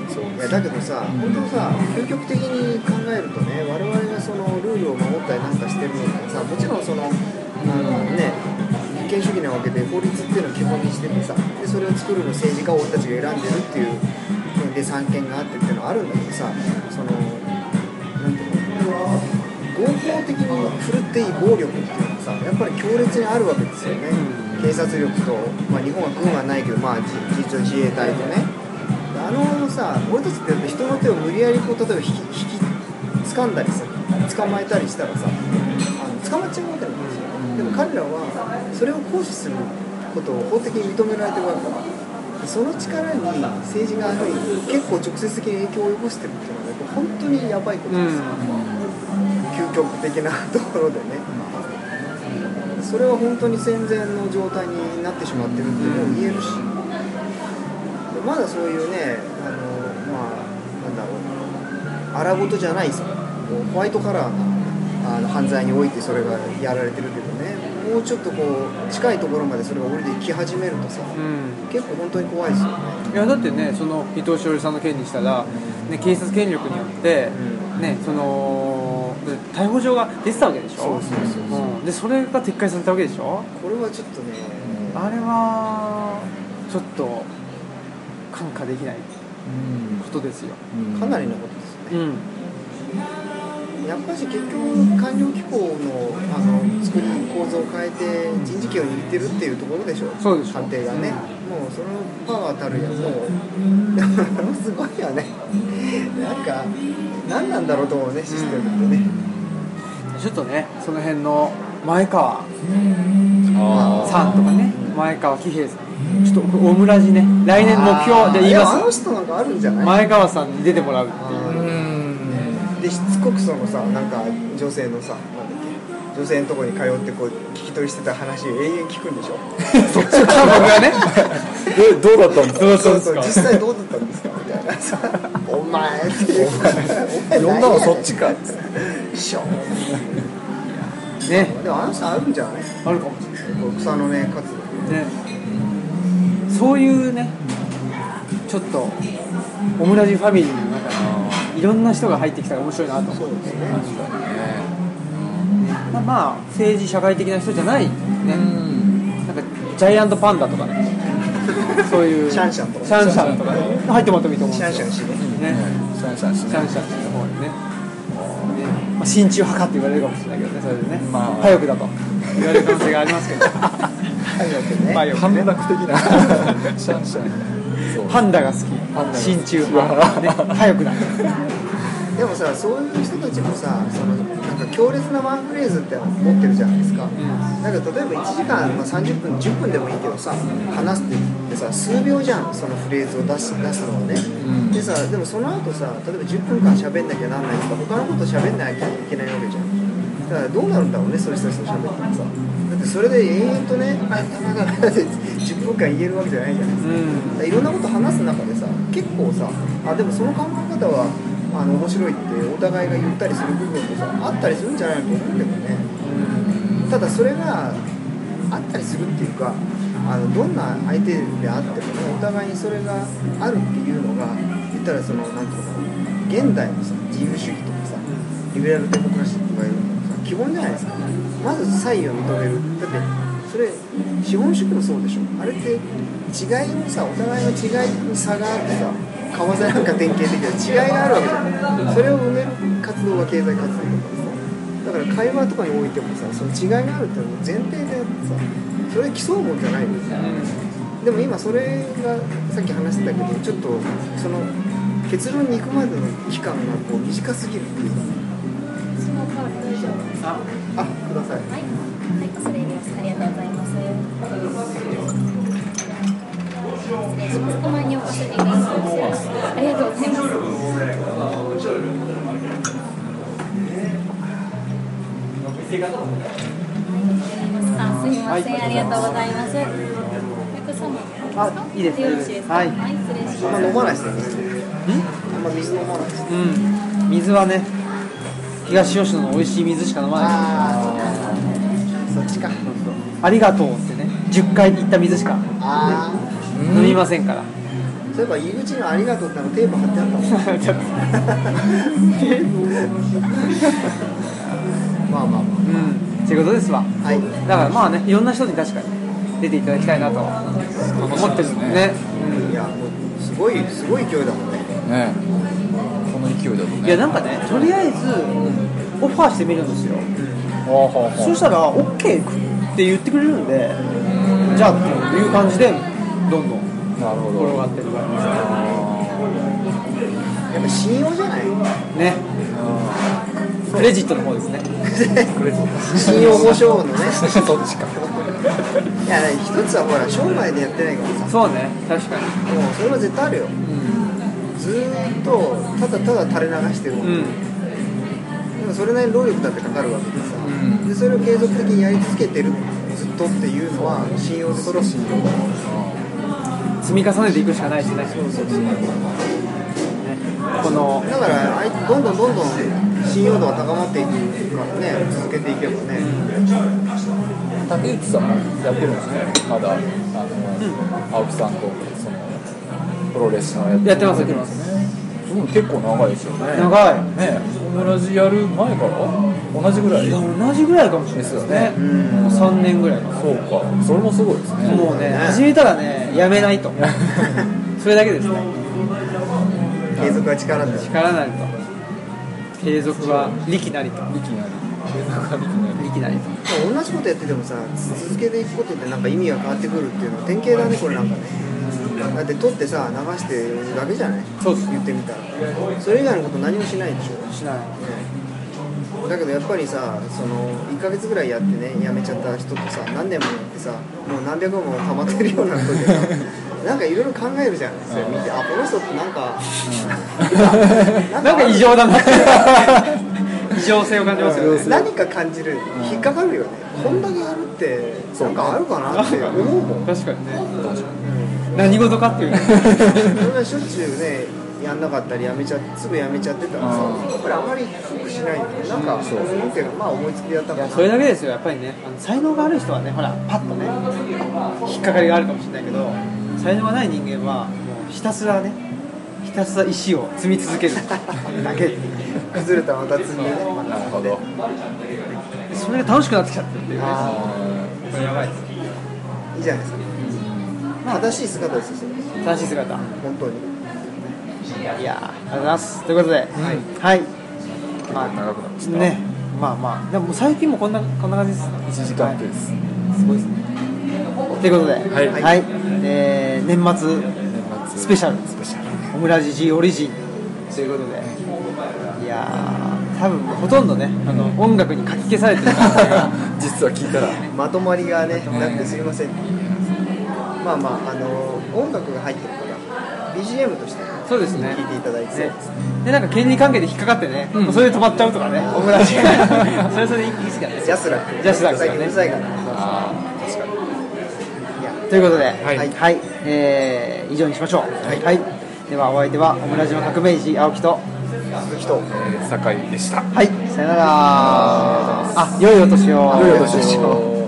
S3: そう
S2: い
S3: で
S2: や
S3: す
S2: だけどさ、本当さ、究極的に考えるとね、我々がそのルールを守ったりなんかしてるのってさ、もちろんその、あのね、民権主義なわけで、法律っていうのを基本にしててさ、でそれを作るの政治家を俺たちが選んでるっていう、で、三権があってっていうのはあるんだけどさ、その、なんていうの、合法的に振るっていい暴力っていうのはさ、やっぱり強烈にあるわけですよね、警察力と、まあ、日本は軍はないけど、まあ、じ実は自衛隊とね。あのさ俺たちって人の手を無理やりこう例えば引き引き掴んだりさ捕まえたりしたらさあの捕まっちゃうわけなんですよでも彼らはそれを行使することを法的に認められてるわけだからその力に政治が結構直接的に影響を及ぼしてるっていうのはねこれ本当にやばいこと
S1: うん
S2: ですよ、究極的なところでねそれは本当に戦前の状態になってしまってるっていうのも言えるしでまだそういうねあのまあなんだろう荒ごとじゃないさこうホワイトカラーなあの犯罪においてそれがやられてるけどねもうちょっとこう近いところまでそれが降りてき始めるとさ
S1: うん
S2: 結構本当に怖いですよね、
S1: いやだってねその伊藤詩織さんの件にしたら、ね、警察権力によって、ねその逮捕状が出てたわけでしょ
S2: そうそうそうそう
S1: うんでそれが撤回されたわけでしょ
S2: これはちょっとね
S1: あれはちょっと感化できないことですよ、
S2: かな
S3: り
S2: りのことですね
S1: うん、
S2: やっぱり結局官僚機構のあの作り構造を変えて人事権を握ってるっていうところでしょ
S1: そうでしょ
S2: 官邸がね、もうそのパワーたるやもうで もあのすごいよねなんか何なんだろうと思うねシステムってね、
S1: ちょっとねその辺の前川
S3: あ
S1: さんとかね前川喜平さんちょっとオムラジね来年目標じゃあ言い
S2: でもあ
S1: ま
S2: の
S1: す
S2: 人なんかあるんじゃない、
S1: 前川さんに出てもらうっていう
S3: あ
S2: あ
S3: うん
S2: ーでしつこくそのさなんか女性のさなんだっけ女性のところに通ってこう聞き取りしてた話永遠聞くんでしょ
S1: そっちの僕がね
S3: えどうだったんですか
S2: そうそう実際どうだったんですかみたいなさ「お前」っていう
S3: 呼んだのそっちか
S2: しょ
S1: ね
S2: でもあの人あるんじゃない
S1: あるかもしれ
S2: こう草のね活動
S1: ないねそういうねちょっとオムラジファミリーの中にいろんな人が入ってきたら面白いなと思う
S2: そうですね
S1: まあまあ政治社会的な人じゃないね
S3: うん
S1: なんかジャイアントパンダとかねそういう
S2: シャンシャンとか
S1: シャンシャンとかね入ってもらってもいいと思うん
S2: シ
S1: で
S2: ャ
S1: す
S2: ンシ
S1: よ
S2: ャンしね
S1: ね
S3: シャンシャンし
S1: シャ
S3: ね
S1: ンシャンっていう方にねね、まあ、真鍮派かって言われるかもしれないけどねそれでね、
S3: まあ
S1: 左翼だと言われる可能性がありますけど
S2: はいよくね、
S1: まあよ
S3: 反落的なシャンシャンそ う
S1: パンダが好
S3: パンダが好
S1: き
S3: き
S1: 真鍮派、ね、 左翼だ
S2: でもさそういう人たちもさそのなんか強烈なワンフレーズって持ってるじゃないですか、だけど例えば1時間、まあ、30分10分でもいいけどさ話すって言ってさ数秒じゃんそのフレーズを出す出すのはね、
S3: ん
S2: でさでもその後さ例えば10分間喋んなきゃなんないとか他のこと喋んなきゃいけないわけじゃんだからどうなるんだろうねそういう人たちと喋ってもさだってそれで延々とね「あだ から」って10分間言えるわけじゃないじゃ
S1: うん
S2: ないですかいろんなこと話す中でさ結構さあでもその考え方方はあの面白いってお互いが言ったりする部分もさあったりするんじゃないのと思うけどねただそれがあったりするっていうかあのどんな相手であってもねお互いにそれがあるっていうのが言ったらそのなんていうのかな現代のさ自由主義とかさリベラルデモクラシーとかいうのが基本じゃないですかまず差異を認めるだってそれ資本主義もそうでしょあれって違いのさお互いの違いに差があってさ為替なんか典型的な違いがあるわけじゃんそれを埋める活動が経済活動とかさだから会話とかにおいてもさその違いがあるっていうのは前提であってさそれ競うもんじゃないんですよでも今それがさっき話してたけどちょっとその結論に行くまでの期間がこう短すぎるっていうか
S4: そのカード以上はい
S1: あ
S2: あください
S4: はい恐れ入りますありがとうございます失礼しますお前にお越しいただきますありがとうございますあ、すみません、ありがとうございます。お客様
S1: あいいです
S4: よろしいですか。
S1: はい
S4: 失礼し
S2: あんま
S4: ます。
S2: 飲まないですよねあんま水飲まないです
S1: うん水はね東吉野の美味しい水しか飲まない
S2: ああそっちか
S1: ありがとうってね10回行った水しか
S2: あ
S1: 飲みません から
S2: あそういえば入り口の「ありがとう」ってあのテープ貼ってあったもんまあまあま
S1: うんということですわ
S2: あはい
S1: だからまあねいろんな人に確かに出ていただきたいなと思ってるんでね
S2: いやもうすごいすごい勢いだもんね
S3: ねこの勢いだと
S1: うん
S3: ね
S1: いやなんかねとりあえずオファーしてみるんですよ
S3: ほうほうほう
S1: そしたら OK って言ってくれるんでじゃあっていう感じでどんどん
S3: なるほ
S1: 転
S3: ど
S1: がってる感じです
S2: やっぱ信用じゃない
S1: ねクレジットの方ですね
S2: 信用保証のね
S3: そっちか
S2: いやね一つはほら商売でやってないからさ
S1: そうね確かに
S2: もうそれは絶対あるよずーっとただただ垂れ流してるも
S1: う
S2: ん、
S1: ん
S2: でもそれなりに労力だってかかるわけでさ、
S3: ん
S2: でそれを継続的にやり続けてるずっとっていうのは信用でそれは信用だ
S1: 積み重ねていくしかないしねねこの
S2: だからあいどんどんどんどん信用度が高まっていくからね続けていけばね、
S3: 竹内さんもやってるんですねまだあの、青木さんとそのプロレスのや
S1: やってますやってます
S3: すごい結構長いですよね
S1: 長い
S3: ねオムラジやる前から同じぐらい
S1: いや同じぐらいかもしれない
S3: ですよね
S1: もう3年ぐらいかな
S3: そうかそれもすごいですね
S1: もうね始めたらねやめないと それだけですね
S2: 継続は力で
S1: 力なりと継続は力なりと
S3: 力なり継続が力なり
S1: 力なりと
S2: 同じことやっててもさ続けていくことでなんか意味が変わってくるっていうのは典型だねこれなんかねだって撮ってさ流してるだけじゃない
S1: そうです
S2: 言ってみたらそれ以外のこと何もしないでしょ
S1: しない
S2: だけどやっぱりさその1ヶ月ぐらいやってねやめちゃった人とさ何年もやってさもう何百万も溜まってるような人で さなんかいろいろ考えるじゃんそれ見てあこの人ってなんか な
S1: なんか異常だな 異常性を感じますよね
S2: 何か感じる引っかかるよねこんだけやるってなんかあるかなって思うもん
S1: 確かにね何事か っていう
S2: それはしょっちゅうねやんなかったりやめちゃすぐやめちゃってたらさやっぱりあまり服しないんだよなんかそう思うけどまあ思いつきでやったから
S1: それだけですよやっぱりねあの才能がある人はねほらパッとね引っかかりがあるかもしれないけど才能がない人間はもうひたすらねひたすら石を積み続 けるだけ
S2: 崩れたまた次ねまた
S3: なるほど
S1: それが楽しくなってきちゃってるっていうねこれやばいです
S2: いいじゃないですか正しい姿ですよそれ
S1: 正しい姿
S2: 本当に
S1: いやーありがとうございますということで、はい、ま
S3: 長くなりまし
S1: あねまあまあでも最近もこんなこんな感じです
S3: た1時間です
S1: すごいですねということではいえー年末
S3: 年末
S1: スペシャル
S3: スペシャル
S1: オムラジ G オリジンということでいやー多分ほとんどねあの音楽にかき消されてる感じが
S3: 実は聞いたら
S2: まとまりがねなくてすいませんまあまああの音楽が入ってるから BGM として
S1: そうですね
S2: 聞いていただいて
S1: ねでなんか権利関係で引っかかってね、もうそれで止まっちゃうとかねオムラジ それはそれでいいですからね
S2: ジャスラック
S1: ジャスラック
S2: 最近うるさいから
S3: ああ確かに
S2: いや
S1: ということで、はいい、えー以上にしましょう。はい、ではお相手はオムラジの革命児青木と
S2: 人
S3: えー酒井でした。
S1: はいさよならあ良いお年を
S3: 良いお年を